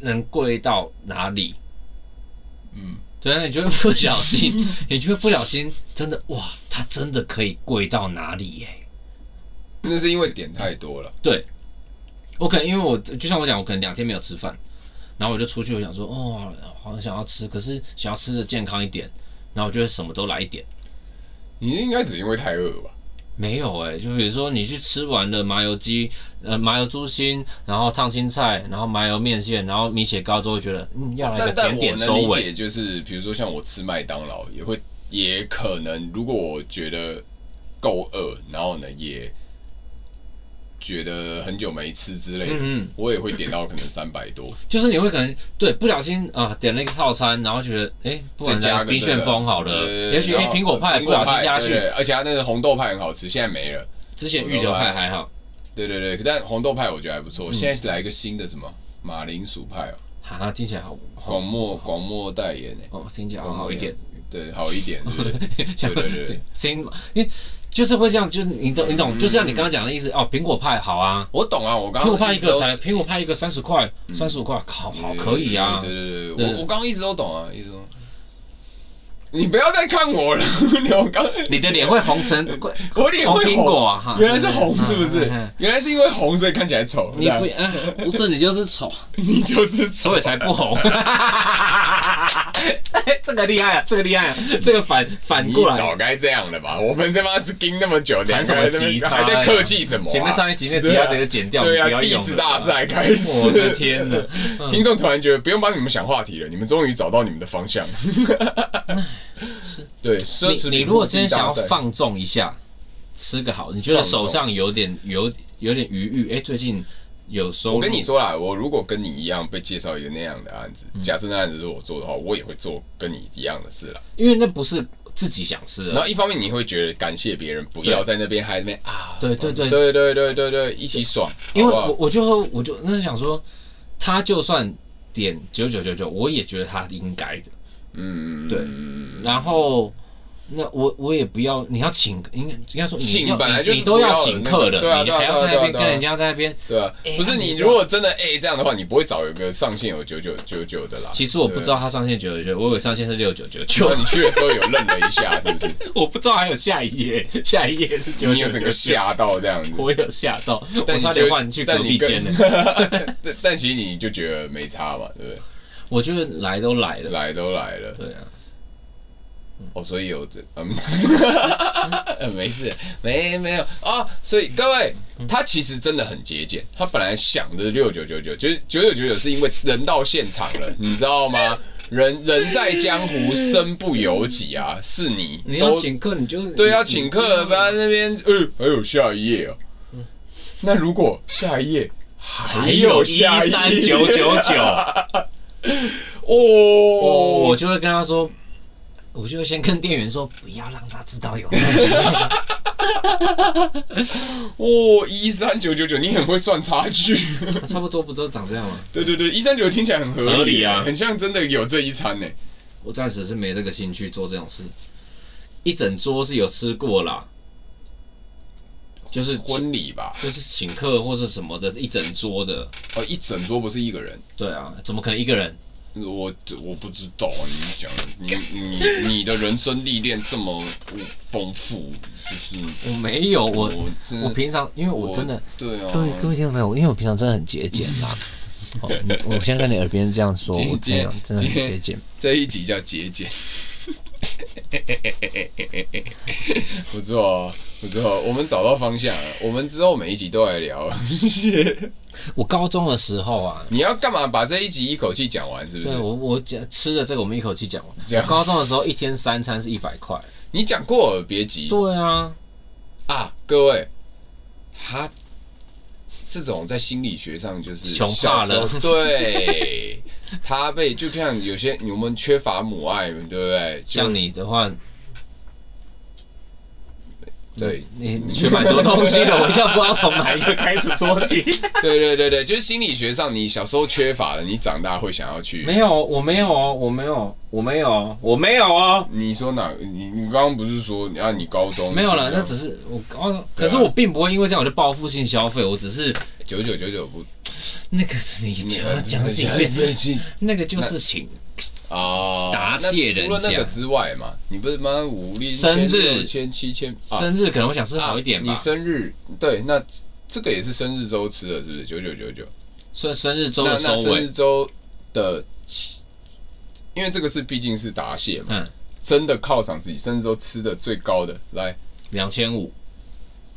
Speaker 1: 能贵到哪里？
Speaker 2: 嗯
Speaker 1: 嗯，对啊，你就会不小心， 你就会不小心，真的哇，它真的可以贵到哪里耶、
Speaker 2: 那是因为点太多了。
Speaker 1: 对，我可能因为我就像我讲，我可能两天没有吃饭，然后我就出去，我想说，哦，好像想要吃，可是想要吃的健康一点，然后我就会什么都来一点。
Speaker 2: 你应该只是因为太饿吧？
Speaker 1: 没有哎、就比如说你去吃完了麻油鸡，呃，麻油猪心，然后烫青菜，然后麻油面线，然后米血糕之后，觉得嗯，要来
Speaker 2: 但
Speaker 1: 个甜
Speaker 2: 但我
Speaker 1: 点收
Speaker 2: 能理
Speaker 1: 尾。
Speaker 2: 解，就是比如说像我吃麦当劳，也会也可能，如果我觉得够饿，然后呢也觉得很久没吃之类的，
Speaker 1: 嗯嗯
Speaker 2: 我也会点到可能三百多。
Speaker 1: 就是你会可能对不小心啊、点了一个套餐，然后觉得哎， 不然
Speaker 2: 再加
Speaker 1: 来
Speaker 2: 个
Speaker 1: 冰
Speaker 2: 这
Speaker 1: 旋
Speaker 2: 个
Speaker 1: 风好
Speaker 2: 对
Speaker 1: 了，
Speaker 2: 对对
Speaker 1: 也许哎
Speaker 2: 然后
Speaker 1: 苹果派
Speaker 2: 苹
Speaker 1: 不
Speaker 2: 果
Speaker 1: 小心加
Speaker 2: 对对
Speaker 1: 去，
Speaker 2: 对而且它那个红豆派很好吃，现在没了。
Speaker 1: 之前芋头派还好，嗯
Speaker 2: 对对对，但红豆派我觉得还不错。现在是来一个新的什么马铃薯派哦，
Speaker 1: 哈，听起来好好
Speaker 2: 广末广末代言诶、
Speaker 1: 哦，听起来
Speaker 2: 广
Speaker 1: 好
Speaker 2: 末
Speaker 1: 好一点。
Speaker 2: 对，好一点，对不对
Speaker 1: 想
Speaker 2: 对对嗯对
Speaker 1: 听嘛，因为就是会这样，就是你懂你懂，就像你刚刚讲的意思哦，苹果派好啊，
Speaker 2: 我懂啊，我刚
Speaker 1: 苹
Speaker 2: 刚
Speaker 1: 果派一
Speaker 2: 直
Speaker 1: 个
Speaker 2: 都
Speaker 1: 才苹果派一个三十块，三十五块，靠，好可以啊，
Speaker 2: 对对对，
Speaker 1: 嗯对
Speaker 2: 我我刚刚一直都懂啊，一直都。你不要再看我了，我刚
Speaker 1: 你的脸会红 成，
Speaker 2: 我脸会
Speaker 1: 红苹果啊哈
Speaker 2: 原来是红
Speaker 1: 真的
Speaker 2: 是不是
Speaker 1: 嗯嗯嗯？
Speaker 2: 原来是因为红所以看起来丑，
Speaker 1: 你
Speaker 2: 这样
Speaker 1: 不啊，不是你就是丑，
Speaker 2: 你就是丑。
Speaker 1: 所以才不红。 这个厉害啊，这个厉害啊，这个反反
Speaker 2: 你
Speaker 1: 过来，
Speaker 2: 早该这样了吧？我们他妈盯那么久，
Speaker 1: 弹
Speaker 2: 两
Speaker 1: 什
Speaker 2: 个
Speaker 1: 么
Speaker 2: 人在那
Speaker 1: 吉
Speaker 2: 边
Speaker 1: 他？
Speaker 2: 还在客气什么啊？
Speaker 1: 前面上一集那吉他直接剪掉，
Speaker 2: 对啊
Speaker 1: 不要用
Speaker 2: ，diss
Speaker 1: 了
Speaker 2: 大赛开始。
Speaker 1: 我的天 哪！
Speaker 2: 听众突然觉得不用帮你们想话题了，你们终于找到你们的方向。对，奢侈品
Speaker 1: 你你如果真
Speaker 2: 大
Speaker 1: 的想要
Speaker 2: 赛
Speaker 1: 放纵一下，吃个好，你觉得手上有点有有点余裕，哎、最近有收入，
Speaker 2: 我跟你，说啦，我如果跟你一样被介绍一个那样的案子，
Speaker 1: 嗯
Speaker 2: 假设那案子是我做的话，我也会做跟你一样的事啦。
Speaker 1: 因为那不是自己想吃
Speaker 2: 然
Speaker 1: 的，
Speaker 2: 后一方面你会觉得感谢别人，不要在那边还在那边啊，
Speaker 1: 对对对，
Speaker 2: 对对对对对，一起爽，
Speaker 1: 因为
Speaker 2: 好不好
Speaker 1: 我我就我就那是想说，他就算点九九九九，我也觉得他应该的，
Speaker 2: 嗯嗯
Speaker 1: 对
Speaker 2: 嗯
Speaker 1: 然后。那我我也不要，你要请，应该应该说你
Speaker 2: 请
Speaker 1: 要
Speaker 2: 本来就是
Speaker 1: 你你都
Speaker 2: 不
Speaker 1: 要
Speaker 2: 要的
Speaker 1: 请客
Speaker 2: 那个对啊
Speaker 1: 的，你
Speaker 2: 对啊
Speaker 1: 还要
Speaker 2: 对啊
Speaker 1: 在那边
Speaker 2: 对啊
Speaker 1: 跟人家在那边。
Speaker 2: 对啊，
Speaker 1: 哎
Speaker 2: 不是
Speaker 1: 那你
Speaker 2: 你
Speaker 1: 不
Speaker 2: 如果真的 A 这样的话，你不会找一个上限有九九九九的啦。
Speaker 1: 其实我不知道他上限九九九，我以为上限是六九九
Speaker 2: 对
Speaker 1: 九
Speaker 2: 不对。，啊那你去的时候有愣了一下，是不是？
Speaker 1: 我不知道还有下一页，下一页是 九
Speaker 2: 你
Speaker 1: 九
Speaker 2: 有
Speaker 1: 九
Speaker 2: 整
Speaker 1: 九
Speaker 2: 个。吓到这样子。
Speaker 1: 我有吓到，
Speaker 2: 但
Speaker 1: 我
Speaker 2: 你
Speaker 1: 差点
Speaker 2: 就
Speaker 1: 换去
Speaker 2: 但
Speaker 1: 隔
Speaker 2: 你
Speaker 1: 壁
Speaker 2: 更
Speaker 1: 间了。
Speaker 2: 但但其实你就觉得没差嘛，对不对？
Speaker 1: 我觉得来都来了，
Speaker 2: 来都来了，
Speaker 1: 对啊，
Speaker 2: 哦，所以有这，嗯，没事，没没有啊，所以各位，他其实真的很节俭，他本来想的六九九九，就是九九九九是因为人到现场了，你知道吗？人人在江湖，身不由己啊，是你
Speaker 1: 你要
Speaker 2: 都
Speaker 1: 请客你就
Speaker 2: 对要啊请客，不要在那边，呃，还有下一页哦，那如果下一页还
Speaker 1: 还有
Speaker 2: 有
Speaker 1: 一
Speaker 2: 下一页
Speaker 1: 三九九九，我
Speaker 2: 哦，
Speaker 1: 就会跟他说，我就会先跟店员说，不要让他知道有。
Speaker 2: 哦，一三九九九，你很会算差距。
Speaker 1: 差不多不都长这样吗？
Speaker 2: 对对对，一三九听起来很合理
Speaker 1: 合理啊
Speaker 2: 很像真的有这一餐呢。
Speaker 1: 我暂时是没这个兴趣做这种事，一整桌是有吃过啦，就是
Speaker 2: 婚礼吧，
Speaker 1: 就是请客或是什么的，一整桌的，
Speaker 2: 哦，一整桌不是一个人，
Speaker 1: 对啊，怎么可能一个人？
Speaker 2: 我我不知道，啊你讲你你你的人生历练这么丰富，就是
Speaker 1: 我没有，我
Speaker 2: 我真的
Speaker 1: 我平常因为我真的
Speaker 2: 对啊，
Speaker 1: 对各位听众朋友，因为我平常真的很节俭 啦。好你我现在在你耳边这样说，
Speaker 2: 节
Speaker 1: 我真的
Speaker 2: 俭
Speaker 1: 真的很
Speaker 2: 节
Speaker 1: 节俭。
Speaker 2: 这一集叫节俭。 不错、哦，不错、哦，我们找到方向了。我们之后每一集都来聊。
Speaker 1: 我高中的时候啊，
Speaker 2: 你要干嘛？把这一集一口气讲完，是不
Speaker 1: 对
Speaker 2: 是？
Speaker 1: 我我讲吃的这个，我们一口气讲完。
Speaker 2: 这样
Speaker 1: 我高中的时候一天三餐是一百块。
Speaker 2: 你讲过了，别急。
Speaker 1: 对啊，
Speaker 2: 啊，各位，他这种在心理学上就是
Speaker 1: 穷
Speaker 2: 小
Speaker 1: 怕
Speaker 2: 时候
Speaker 1: 了
Speaker 2: 对，他被就像有些我们缺乏母爱，对不对？就
Speaker 1: 像你的话，
Speaker 2: 对
Speaker 1: 你你学蛮多东西 的，我一下不知道从哪一个开始说起。
Speaker 2: 对对对对，就是心理学上你小时候缺乏的，你长大会想要 去。
Speaker 1: 没有，我没有哦，我没有，我没有哦，我没有哦，
Speaker 2: 你说哪？你你刚刚不是说啊，你高中
Speaker 1: 没有了。那只
Speaker 2: 是
Speaker 1: 是我高中，可是我并不会因为这样我就报复性消费，我只是
Speaker 2: 九九九九不
Speaker 1: 那个你讲讲几遍， 那个就是请
Speaker 2: 啊？
Speaker 1: 答
Speaker 2: 那
Speaker 1: 谢人
Speaker 2: 除了那
Speaker 1: 家
Speaker 2: 个之外嘛，你不是妈五六
Speaker 1: 生日
Speaker 2: 千七千啊
Speaker 1: 生日，可能我想吃好一点
Speaker 2: 啊
Speaker 1: 吧
Speaker 2: 你。生日对，那这个也是生日周吃的，是不是？九九九九。
Speaker 1: 算生日周
Speaker 2: 那
Speaker 1: 的
Speaker 2: 那
Speaker 1: 收
Speaker 2: 生日
Speaker 1: 尾，
Speaker 2: 周的起，因为这个是毕竟是答谢嘛，
Speaker 1: 嗯，
Speaker 2: 真的犒赏自己，生日周吃的最高的，来
Speaker 1: 两千 五，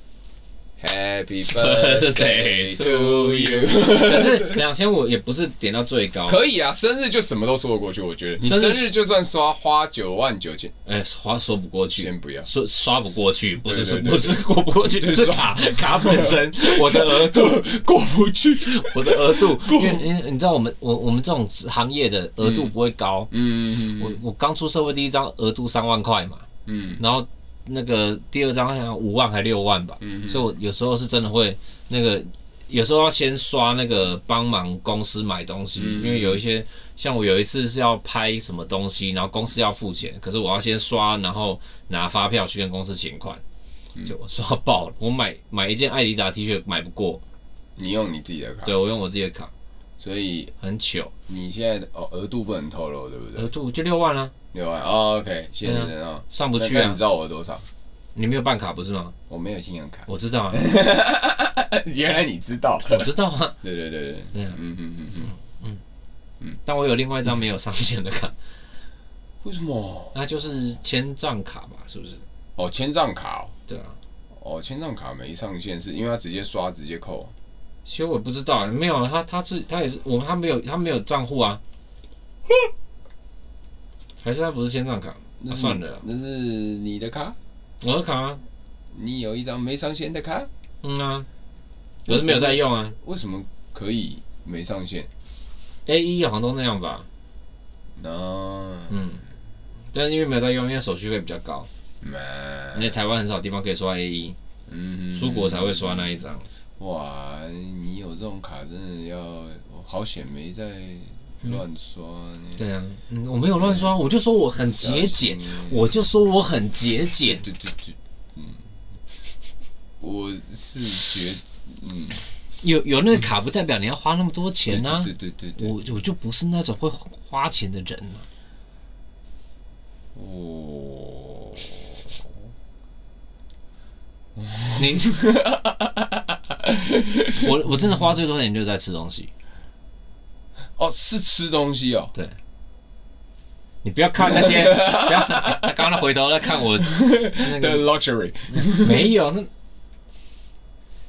Speaker 2: ，Happy Birthday to you。
Speaker 1: 可是两千五也不是点到最高，
Speaker 2: 可以啊，生日就什么都说得过去，我觉得你
Speaker 1: 生日
Speaker 2: 生日就算刷花九万九千，
Speaker 1: 哎，花说不过去，
Speaker 2: 先不要
Speaker 1: 说刷不过去，不是说
Speaker 2: 对对对
Speaker 1: 不是过不过去，
Speaker 2: 对
Speaker 1: 是
Speaker 2: 刷
Speaker 1: 卡卡本身，我的额 度，
Speaker 2: 过不去。
Speaker 1: 我的额度，因为因为你知道我们我我们这种行业的额度不会高，
Speaker 2: 嗯
Speaker 1: 我我刚出社会第一张额度三万块嘛，
Speaker 2: 嗯，
Speaker 1: 然后
Speaker 2: 嗯
Speaker 1: 那个第二张好像五万还六万吧，所以我有时候是真的会那个有时候要先刷那个帮忙公司买东西，
Speaker 2: 嗯
Speaker 1: 因为有一些像我有一次是要拍什么东西，然后公司要付钱，可是我要先刷，然后拿发票去跟公司请款，
Speaker 2: 嗯
Speaker 1: 就我刷爆了。我买买一件艾迪达 T 恤买不过，
Speaker 2: 你用你自己的卡，
Speaker 1: 对我用我自己的卡，
Speaker 2: 所以
Speaker 1: 很糗，
Speaker 2: 你现在的哦额度不能透露，对不
Speaker 1: 额
Speaker 2: 对？
Speaker 1: 度啊就六万啊，
Speaker 2: 六万哦，OK，谢谢人哦。
Speaker 1: 上不去
Speaker 2: 那那
Speaker 1: 啊
Speaker 2: 你知。道我多少？
Speaker 1: 你没有办卡不是吗？
Speaker 2: 我没有信用卡，
Speaker 1: 我知道啊，哎
Speaker 2: 原来你知道。
Speaker 1: 我知道啊，
Speaker 2: 对对对对，
Speaker 1: 对啊
Speaker 2: 嗯嗯嗯嗯，
Speaker 1: 但我有另外一张没有上线的卡，
Speaker 2: 为什么？
Speaker 1: 那就是千账卡吧，是不是？
Speaker 2: 哦，千账卡哦
Speaker 1: 对啊，
Speaker 2: 哦，千账卡没上线是因为它直接刷直接扣。
Speaker 1: 其实我也不知道啊，没有啊他，他是他也是我们他没有他没有账户啊，还是他不是千账卡？那、
Speaker 2: 那是
Speaker 1: 算了啊，
Speaker 2: 那是你的卡，
Speaker 1: 我的卡啊，
Speaker 2: 你有一张没上线的卡，
Speaker 1: 嗯啊，可是没有在用啊
Speaker 2: 为什么可以没上线？
Speaker 1: ，A 一好像都那样吧，
Speaker 2: 那
Speaker 1: 嗯，但是因为没有在用，因为手续费比较高，
Speaker 2: 嘛
Speaker 1: 而且台湾很少地方可以刷 A 一，
Speaker 2: 哎嗯
Speaker 1: 哎出国才会刷那一张，
Speaker 2: 哇，你有这种卡真的要，我好险没在乱刷呢。
Speaker 1: 嗯对啊，嗯，我没有乱刷，我就说我很节俭
Speaker 2: 小心，
Speaker 1: 我就说我很节俭，
Speaker 2: 对对对，嗯，我是觉得，嗯，
Speaker 1: 有有那个卡不代表你要花那么多钱啊，
Speaker 2: 对对对对对
Speaker 1: 我我就不是那种会花钱的人 嘛。
Speaker 2: 我
Speaker 1: 你， 我我真的花最多钱就是在吃东西。
Speaker 2: 哦是吃东西哦，
Speaker 1: 对，你不要看那 些，不要他刚刚回头在看我，那个
Speaker 2: 的 luxury，
Speaker 1: 没有那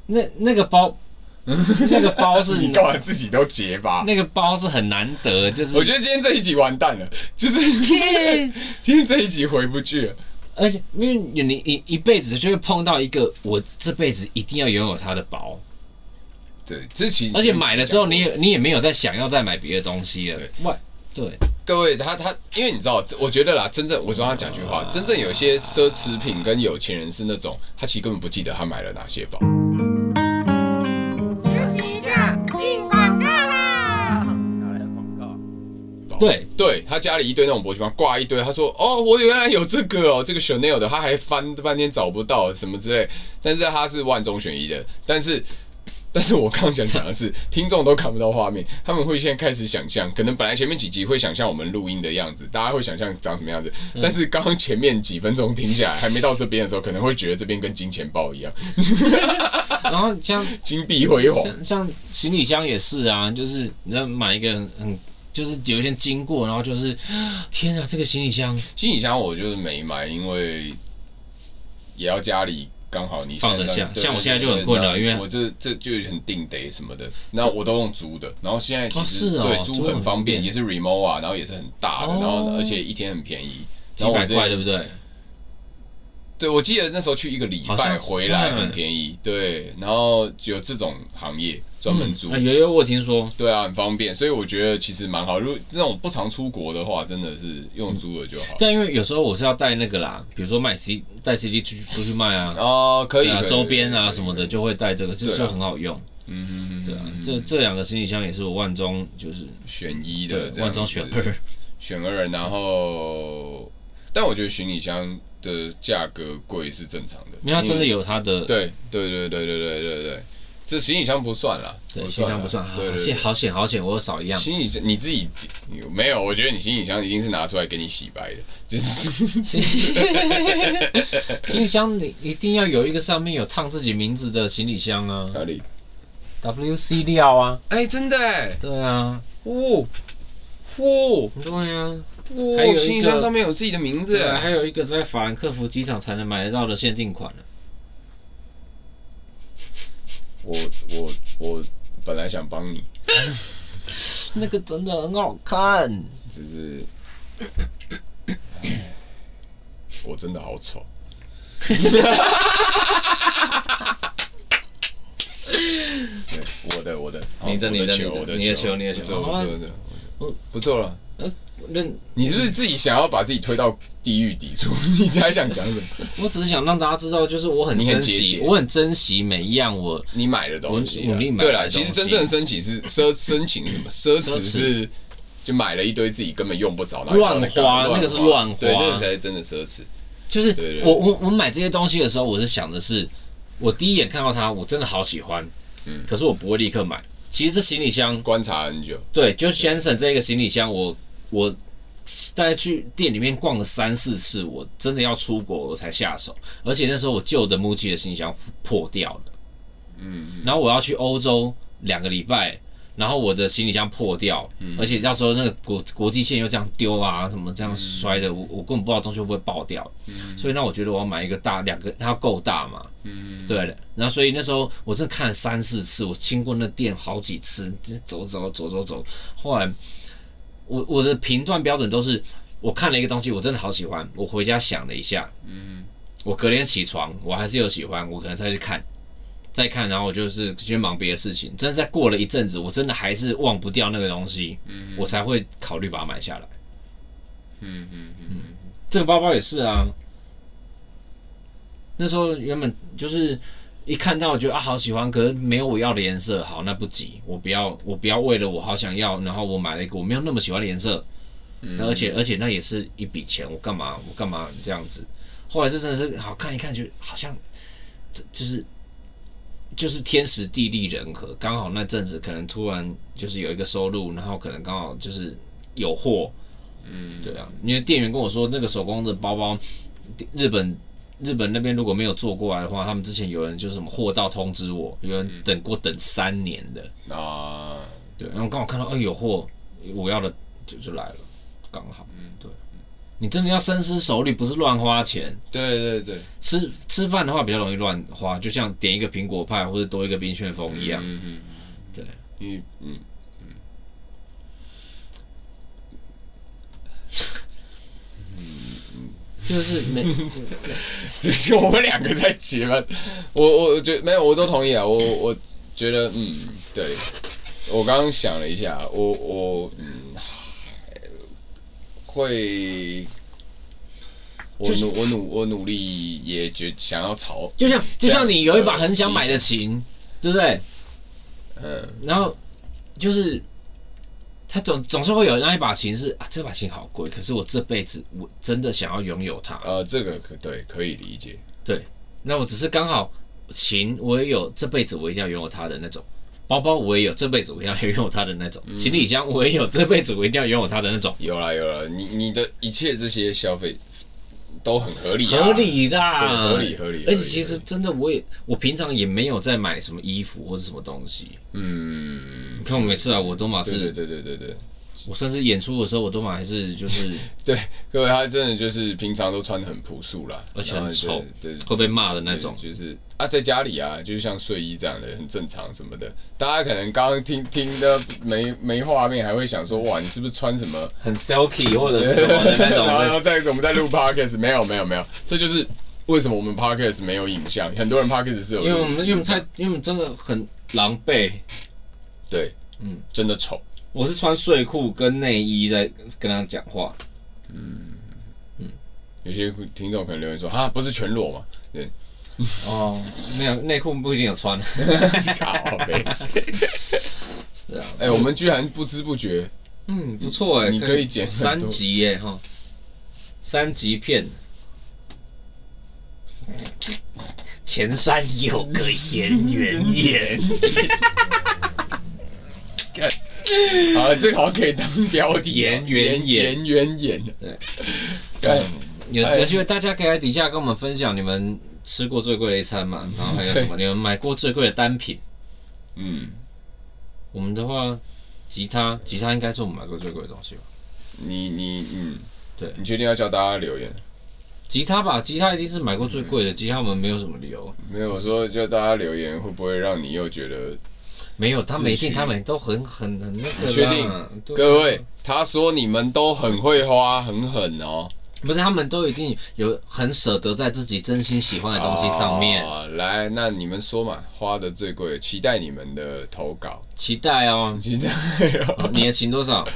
Speaker 1: 那那个包，那个包是
Speaker 2: 你干嘛自己都结巴？
Speaker 1: 那个包是很难得，就是
Speaker 2: 我觉得今天这一集完蛋了，就是 今天这一集回不去了。
Speaker 1: 而且因为你你你一辈子就会碰到一个我这辈子一定要拥有它的包。
Speaker 2: 对，这其实
Speaker 1: 而且买了之后，你也你也没有再想要再买别的东西了。
Speaker 2: 对
Speaker 1: 哇，对，
Speaker 2: 各位，他他，因为你知道，我觉得啦，真正我跟他讲句
Speaker 1: 啊
Speaker 2: 话，真正有些奢侈品跟有钱人是那种，他其实根本不记得他买了哪些包。
Speaker 4: 休息一下，进广告啦！
Speaker 3: 拿来的广告。
Speaker 1: 对，
Speaker 2: 对他家里一堆那种铂金包，挂一堆，他说哦，我原来有这个哦，这个 Chanel 的，他还翻半天找不到什么之类，但是他是万中选一的，但是。但是我刚想讲的是，听众都看不到画面，他们会现在开始想象，可能本来前面几集会想象我们录音的样子，大家会想象长什么样子，但是刚刚前面几分钟听下来，还没到这边的时候，可能会觉得这边跟金钱豹一样，
Speaker 1: 然后像
Speaker 2: 金碧辉煌。
Speaker 1: 像像行李箱也是啊，就是你知道买一个很很，就是有一天经过，然后就是天啊，这个行李箱
Speaker 2: 行李箱我就是没买，因为也要家里刚好你
Speaker 1: 放得下
Speaker 2: 对
Speaker 1: 像我现在
Speaker 2: 对
Speaker 1: 就很困
Speaker 2: 对
Speaker 1: 扰
Speaker 2: 那
Speaker 1: 因为
Speaker 2: 我这这就很定得什么的，那我都用租的，然后现在其
Speaker 1: 哦
Speaker 2: 实
Speaker 1: 是哦
Speaker 2: 对
Speaker 1: 租
Speaker 2: 租很
Speaker 1: 很
Speaker 2: 方
Speaker 1: 方
Speaker 2: 便，
Speaker 1: 便
Speaker 2: 也是 remote 啊，然后也是很大的，
Speaker 1: 哦
Speaker 2: 然后而且一天很便宜，然
Speaker 1: 几
Speaker 2: 后我
Speaker 1: 百
Speaker 2: 这
Speaker 1: 块，对不对？
Speaker 2: 对，我记得那时候去一个礼
Speaker 1: 好
Speaker 2: 拜
Speaker 1: 像是
Speaker 2: 回来
Speaker 1: 嗯
Speaker 2: 很便宜，对，然后有这种行业专门租
Speaker 1: 啊，。有有我有听说，
Speaker 2: 对啊，很方便，所以我觉得其实蛮好。如果那种不常出国的话，真的是用租的就好。
Speaker 1: 但因为有时候我是要带那个啦，比如说卖 C 带 CD 出去出去卖啊，
Speaker 2: 哦，可以
Speaker 1: 对啊，
Speaker 2: 可以
Speaker 1: 周边啊
Speaker 2: 可以
Speaker 1: 什么
Speaker 2: 可
Speaker 1: 的
Speaker 2: 以
Speaker 1: 就会带这个，就
Speaker 2: 对啊
Speaker 1: 就很好用。
Speaker 2: 嗯，
Speaker 1: 对啊，这这两个行李箱也是我万中就是
Speaker 2: 选一的这样
Speaker 1: 万中
Speaker 2: 子
Speaker 1: 选二，
Speaker 2: 选二，然后，但我觉得行李箱的价格贵是正常的，
Speaker 1: 因为它真的
Speaker 2: 有
Speaker 1: 有它的
Speaker 2: 对对对对对对对对，这行李箱不算啦，
Speaker 1: 对，
Speaker 2: 啦
Speaker 1: 行李箱不算，好
Speaker 2: 对对
Speaker 1: 险
Speaker 2: 对。
Speaker 1: 好险好险，我有少一样。
Speaker 2: 行李箱你自己没有？我觉得你行李箱一定是拿出来给你洗白的， 就是
Speaker 1: 行行李箱你一定要有一个上面有烫自己名字的行李箱啊
Speaker 2: 哪里？
Speaker 1: ，WC 料啊，
Speaker 2: 哎，真的哎，
Speaker 1: 对啊，
Speaker 2: 哦哦
Speaker 1: 对啊，还有一
Speaker 2: 哦，
Speaker 1: 个
Speaker 2: 行李箱上面有自己的名字
Speaker 1: 对啊，
Speaker 2: 哎，
Speaker 1: 还有一个在法兰克福机场才能买得到的限定款呢、啊
Speaker 2: 我我我本来想帮你，
Speaker 1: 那个真的很好看。
Speaker 2: 只是， 唉我真的好丑。 对，我的我的，好
Speaker 1: 你的
Speaker 2: 我
Speaker 1: 你的
Speaker 2: 球
Speaker 1: 你的
Speaker 2: 我
Speaker 1: 你的球你的
Speaker 2: 不
Speaker 1: 球
Speaker 2: 错
Speaker 1: 好
Speaker 2: 不
Speaker 1: 啊
Speaker 2: 错不错不错了，
Speaker 1: 呃，认，
Speaker 2: 你是不是自己想要把自己推到地狱底处？ 你还想讲什么？
Speaker 1: 我只是想让大家知道，就是我很
Speaker 2: 你很
Speaker 1: 珍
Speaker 2: 节
Speaker 1: 惜，
Speaker 2: 俭
Speaker 1: 我很珍惜每一样我
Speaker 2: 你买的东西啦，
Speaker 1: 我努力买的
Speaker 2: 对啦，其实
Speaker 1: 东西
Speaker 2: 真正的申请是奢申 请是什么？奢
Speaker 1: 奢
Speaker 2: 侈
Speaker 1: 侈
Speaker 2: 是就买了一堆自己根本用不着，然后
Speaker 1: 乱
Speaker 2: 你放在
Speaker 1: 花
Speaker 2: 那
Speaker 1: 那个是乱花
Speaker 2: 对，那个才是真的奢侈。
Speaker 1: 就是
Speaker 2: 对对
Speaker 1: 我我我买这些东西的时候，我是想的是，我第一眼看到它，我真的好喜欢，嗯，可是我不会立刻买。其实这行李箱，
Speaker 2: 观察很久，
Speaker 1: 对，就先生这个行李箱，我我大概去店里面逛了三四次，我真的要出国我才下手，而且那时候我旧的 MUJI 的行李箱破掉了，
Speaker 2: 嗯，
Speaker 1: 然后我要去欧洲两个礼拜。然后我的行李箱破掉，
Speaker 2: 嗯
Speaker 1: 而且到时候那个国国际线又这样丢啊，什么这样摔的，我我根本不知道东西会不会爆掉。所以那我觉得我要买一个大，两个它要够大嘛。
Speaker 2: 嗯
Speaker 1: 对的。然后所以那时候我真的看了三四次，我经过那店好几次，就走走走走走。后来我我的评断标准都是，我看了一个东西，我真的好喜欢，我回家想了一下，
Speaker 2: 嗯，
Speaker 1: 我隔天起床我还是有喜欢，我可能再去看。再看，然后我就是去忙别的事情。真的在过了一阵子，我真的还是忘不掉那个东西，我才会考虑把它买下来。
Speaker 2: 嗯嗯嗯，
Speaker 1: 这个包包也是啊。那时候原本就是一看到觉得啊好喜欢，可是没有我要的颜色，好那不急，我不要我不要为了我好想要，然后我买了一个我没有那么喜欢的颜色，那而且而且那也是一笔钱，我干嘛我干嘛这样子？后来这真的是好看一看，就好像这就是就是天时地利人和，刚好那阵子可能突然就是有一个收入，然后可能刚好就是有货，嗯，对啊，因为店员跟我说那个手工的包包，日本日本那边如果没有做过来的话，他们之前有人就是什么货到通知我，有人等过等三年的，
Speaker 2: 啊，
Speaker 1: 对，然后刚好看到，哎，有货，我要的就就来了，刚好，嗯，对，你真的要深思熟虑，不是乱花钱。
Speaker 2: 对对对，
Speaker 1: 吃吃饭的话比较容易乱花，就像点一个苹果派或者多一个冰旋风一样。
Speaker 2: 嗯嗯，
Speaker 1: 对，
Speaker 2: 你嗯
Speaker 1: 就是每
Speaker 2: 就是我们两个在结论，我我我觉得没有，我都同意啊，我我觉得嗯，对，我刚刚想了一下，我我嗯会。我努我努我努力也觉想要朝，
Speaker 1: 就像就像你有一把很想买
Speaker 2: 这
Speaker 1: 的
Speaker 2: 样
Speaker 1: 琴，对不对？
Speaker 2: 嗯，
Speaker 1: 然后就是他总总是会有那一把琴是啊，这把琴好贵，可是我这辈子我真的想要拥有它。
Speaker 2: 呃，这个可对可以理解，
Speaker 1: 对，那我只是刚好琴我也有，这辈子我一定要拥有它的那种。包包我也有，这辈子我一定要拥有它的那种；
Speaker 2: 嗯
Speaker 1: 行李箱我也有，这辈子我一定要拥有它的那种。
Speaker 2: 有啦有啦，你你的一切这些消费都很合理、啊，
Speaker 1: 合理啦，
Speaker 2: 对合理合理
Speaker 1: 而
Speaker 2: 合理
Speaker 1: 且其实真的，我也我平常也没有在买什么衣服或是什么东西。
Speaker 2: 嗯
Speaker 1: 你，看我每次啊，我都嘛
Speaker 2: 对对
Speaker 1: 是，
Speaker 2: 对对对对
Speaker 1: 我甚至演出的时候，我都嘛还是就是
Speaker 2: 对，各位他真的就是平常都穿的很朴素啦，
Speaker 1: 而且
Speaker 2: 然后
Speaker 1: 很丑
Speaker 2: 对对
Speaker 1: 会被骂的那种。
Speaker 2: 对就是啊，在家里啊，就是像睡衣这样的，很正常什么的。大家可能刚刚听听的没没画面，还会想说，哇，你是不是穿 什么？
Speaker 1: 很 selky 或者
Speaker 2: 然 后然后再我们在录 podcast，没有没有没有，这就是为什么我们 podcast 没有影像，很多人 podcast 是有录
Speaker 1: 因
Speaker 2: 影
Speaker 1: 为
Speaker 2: 像，
Speaker 1: 我们因为我们太因为我们真的很狼狈。
Speaker 2: 对，嗯，真的丑。
Speaker 1: 我是穿睡裤跟内衣在跟他讲话，
Speaker 2: 有些听众可能留言说，哈，不是全裸嘛？对，
Speaker 1: 哦，那样内裤不一定有 穿，
Speaker 2: 靠呗。
Speaker 1: 对啊，
Speaker 2: 哎、我们居然不知不觉，
Speaker 1: 嗯，不错哎，
Speaker 2: 你可以剪很
Speaker 1: 三
Speaker 2: 多
Speaker 1: 集耶哈，三级片，前山有个演员 演，
Speaker 2: 啊，这个好像可以当标题、哦，
Speaker 1: 演员演
Speaker 2: 演员演，
Speaker 1: 对
Speaker 2: 干，
Speaker 1: 有
Speaker 2: 哎
Speaker 1: 有机会大家可以在底下跟我们分享你们吃过最贵的一餐嘛，然后还有什么你们买过最贵的单品，
Speaker 2: 嗯，
Speaker 1: 我们的话。吉他，吉他应该是我们买过最贵的东西吧？
Speaker 2: 你你嗯，
Speaker 1: 对
Speaker 2: 你确定要叫大家留言？
Speaker 1: 吉他吧，吉他一定是买过最贵的。吉他我们没有什么理由，
Speaker 2: 没有说叫大家留言，会不会让你又觉得？
Speaker 1: 没有，他们一
Speaker 2: 自
Speaker 1: 定，
Speaker 2: 取
Speaker 1: 他们都很很很那个啦。
Speaker 2: 你确定
Speaker 1: 对啊
Speaker 2: 各位，他说你们都很会花，很狠哦，
Speaker 1: 不是，他们都已经有很舍得在自己真心喜欢的东西上面，
Speaker 2: 哦来，那你们说嘛，花的最贵，期待你们的投稿，
Speaker 1: 期待哦。
Speaker 2: 期待、哦
Speaker 1: 哦你的琴多少？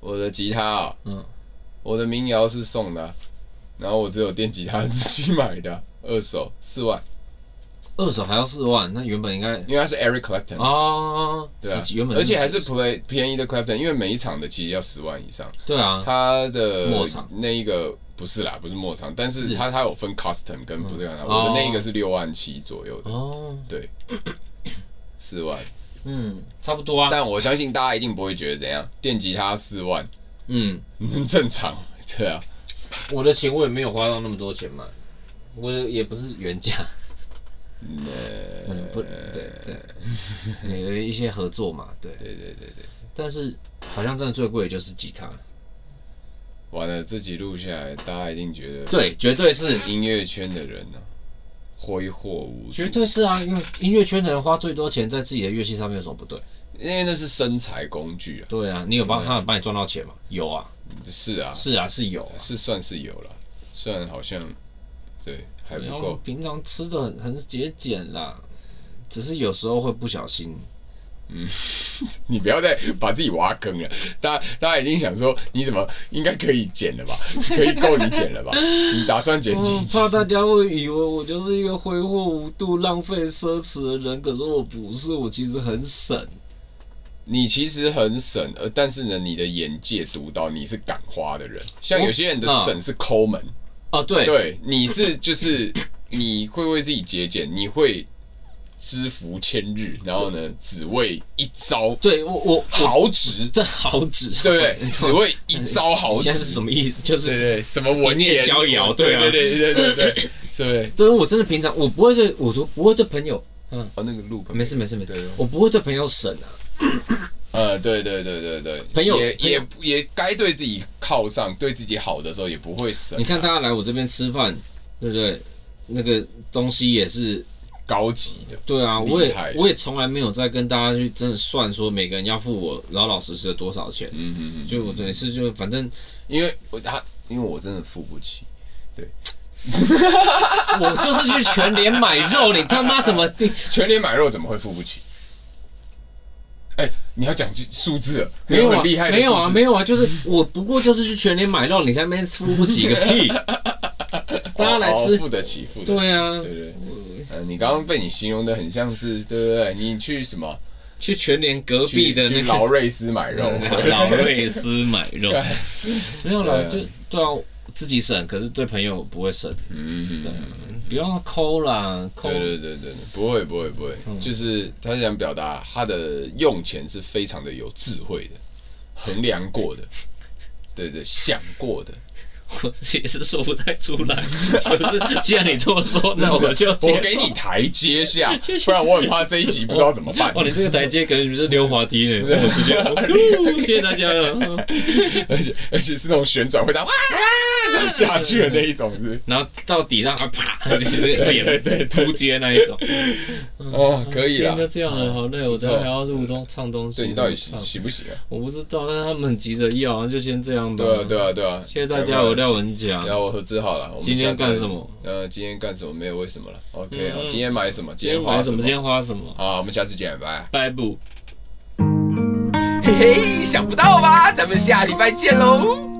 Speaker 2: 我的吉他啊、
Speaker 1: 嗯，
Speaker 2: 我的民谣是送的啊、然后我只有电吉他自己买的啊、 二手四万，
Speaker 1: 二手还要四万，那原本应该
Speaker 2: 因为它是 Eric Clapton，、
Speaker 1: 哦，
Speaker 2: 对
Speaker 1: 十
Speaker 2: 啊
Speaker 1: 几原，本
Speaker 2: 而且还是
Speaker 1: 十几
Speaker 2: play 便宜的 Clapton，因为每一场的其实要十万以上，
Speaker 1: 对啊，
Speaker 2: 它的
Speaker 1: 末场
Speaker 2: 那一个不是啦，不是末场，但是
Speaker 1: 是
Speaker 2: 它它有分 custom 跟不是 custom，、
Speaker 1: 哦
Speaker 2: 我的那一个是六万七左右的，
Speaker 1: 哦，
Speaker 2: 对，四万，
Speaker 1: 嗯，差不多啊，
Speaker 2: 但我相信大家一定不会觉得怎样，电吉他四万
Speaker 1: 嗯，
Speaker 2: 正常，对啊，
Speaker 1: 我的钱我也没有花到那么多钱嘛，我的也不是原价，嗯，不，对对，有一些合作嘛，对，
Speaker 2: 对对对对，
Speaker 1: 但是好像真的最贵的就是吉他，
Speaker 2: 完了这集录下来，大家一定觉得
Speaker 1: 对，绝对是，
Speaker 2: 音乐圈的人呢、挥霍无度
Speaker 1: 绝，对是啊，因为音乐圈的人花最多钱在自己的乐器上面有什么不对？
Speaker 2: 因为那是生财工具啊，
Speaker 1: 对啊，你有帮他们帮你赚到钱吗？有啊，
Speaker 2: 是啊，
Speaker 1: 是啊，是有啊。
Speaker 2: 是算是有了，虽然好像对还不
Speaker 1: 然后
Speaker 2: 够，
Speaker 1: 平常吃的很很节俭啦，只是有时候会不小心。
Speaker 2: 你不要再把自己挖坑了。大家大家已经想说，你怎么应该可以减了吧？ 可以够你减了吧？ 你打算减
Speaker 1: 我
Speaker 2: 几集？
Speaker 1: 怕大家会以为我就是一个挥霍无度、浪费奢侈的人，可是我不是，我其实很省。
Speaker 2: 你其实很省，呃，但是呢，你的眼界独到，你是敢花的人。像有些人的
Speaker 1: 我
Speaker 2: 省是抠门，
Speaker 1: 哦，对，
Speaker 2: 对，你是就是你会为自己节俭，你会知福千日，然后呢，只为一招
Speaker 1: 对我我我
Speaker 2: 豪掷，
Speaker 1: 这好指，
Speaker 2: 对不对？只为一招豪
Speaker 1: 你
Speaker 2: 掷
Speaker 1: 现在是什么意思？就
Speaker 2: 对
Speaker 1: 是
Speaker 2: 对，什么文
Speaker 1: 一
Speaker 2: 言
Speaker 1: 念逍遥对啊
Speaker 2: 对对对对对 对，是不是？
Speaker 1: 对我真的平常我不会对我都不会对朋友，嗯，
Speaker 2: 哦，那个路
Speaker 1: 没事没事没
Speaker 2: 对
Speaker 1: 事，我不会对朋友省啊。
Speaker 2: 呃，对对对对对，
Speaker 1: 朋友
Speaker 2: 也
Speaker 1: 朋友
Speaker 2: 也也该对自己靠上，对自己好的时候也不会省啊。
Speaker 1: 你看大家来我这边吃饭，对不对？那个东西也是
Speaker 2: 高级的，
Speaker 1: 对啊，我
Speaker 2: 厉
Speaker 1: 也
Speaker 2: 害
Speaker 1: 我也从来没有在跟大家去真的算说每个人要付我老老实实的多少钱。
Speaker 2: 嗯嗯嗯，
Speaker 1: 就我每次就反正
Speaker 2: 因为我他因为我真的付不起，
Speaker 1: 我就是去全联买肉，你他妈什么地？
Speaker 2: 全年买肉怎么会付不起？哎，你要讲数字了，
Speaker 1: 没有啊，
Speaker 2: 很厉害的
Speaker 1: 没有啊，
Speaker 2: 数字哦
Speaker 1: 没有啊，就是我不过就是去全联买肉，你在那边付不起个屁！大家来
Speaker 2: 哦
Speaker 1: 吃，
Speaker 2: 付得起，付得起，
Speaker 1: 对啊，
Speaker 2: 对对，呃，你刚刚被你形容的很像是，对对对，你去什么？
Speaker 1: 去全联隔壁
Speaker 2: 去
Speaker 1: 的那
Speaker 2: 去
Speaker 1: 个
Speaker 2: 劳瑞斯 买肉，
Speaker 1: 老瑞斯买肉， 没有啦，就
Speaker 2: 对
Speaker 1: 对啊，自己省，可是对朋友不会省，
Speaker 2: 嗯，对
Speaker 1: 不要抠啦，抠
Speaker 2: 对对对对，不会不会不会，
Speaker 1: 嗯
Speaker 2: 就是他想表达他的用钱是非常的有智慧的，衡量过的，对对，想过的。
Speaker 1: 我 也是说不太出来。 可是既然你这么说，那我就接受
Speaker 2: 我给你。台 阶下，不然我很怕这一集不知道怎么办
Speaker 1: 哦，。你这个台阶可能就是溜滑梯呢，我直接，哦 谢谢大家了。
Speaker 2: 而且而且是那种旋转会打哇
Speaker 1: 啊
Speaker 2: 这样下去的那一种是。
Speaker 1: 然后到底让他 啪，就是
Speaker 2: 对
Speaker 1: 脸
Speaker 2: 对对
Speaker 1: 扑街那一种。
Speaker 2: 哦，可以
Speaker 1: 今
Speaker 2: 啦
Speaker 1: 天。
Speaker 2: 嗯
Speaker 1: 就这样了，好累，我等下还要录东唱东西。
Speaker 2: 对你到底喜
Speaker 1: 唱
Speaker 2: 喜不喜啊？
Speaker 1: 我不知道，但是他们很急着要，就先这样吧。
Speaker 2: 对啊对啊对啊。
Speaker 1: 谢谢大家，我廖文
Speaker 2: 然
Speaker 1: 讲
Speaker 2: 后。我合资好了。我们
Speaker 1: 今天
Speaker 2: 下次
Speaker 1: 干什么？
Speaker 2: 呃，今天干什么？没有为什么了。OK，好，
Speaker 1: 嗯
Speaker 2: 今天买什么？今
Speaker 1: 今天
Speaker 2: 天花
Speaker 1: 买
Speaker 2: 什
Speaker 1: 什么？
Speaker 2: 么
Speaker 1: 今？天花什么？
Speaker 2: 好，我们下次见，拜。
Speaker 1: 拜不。
Speaker 3: 嘿嘿，想不到吧？咱们下礼拜见喽。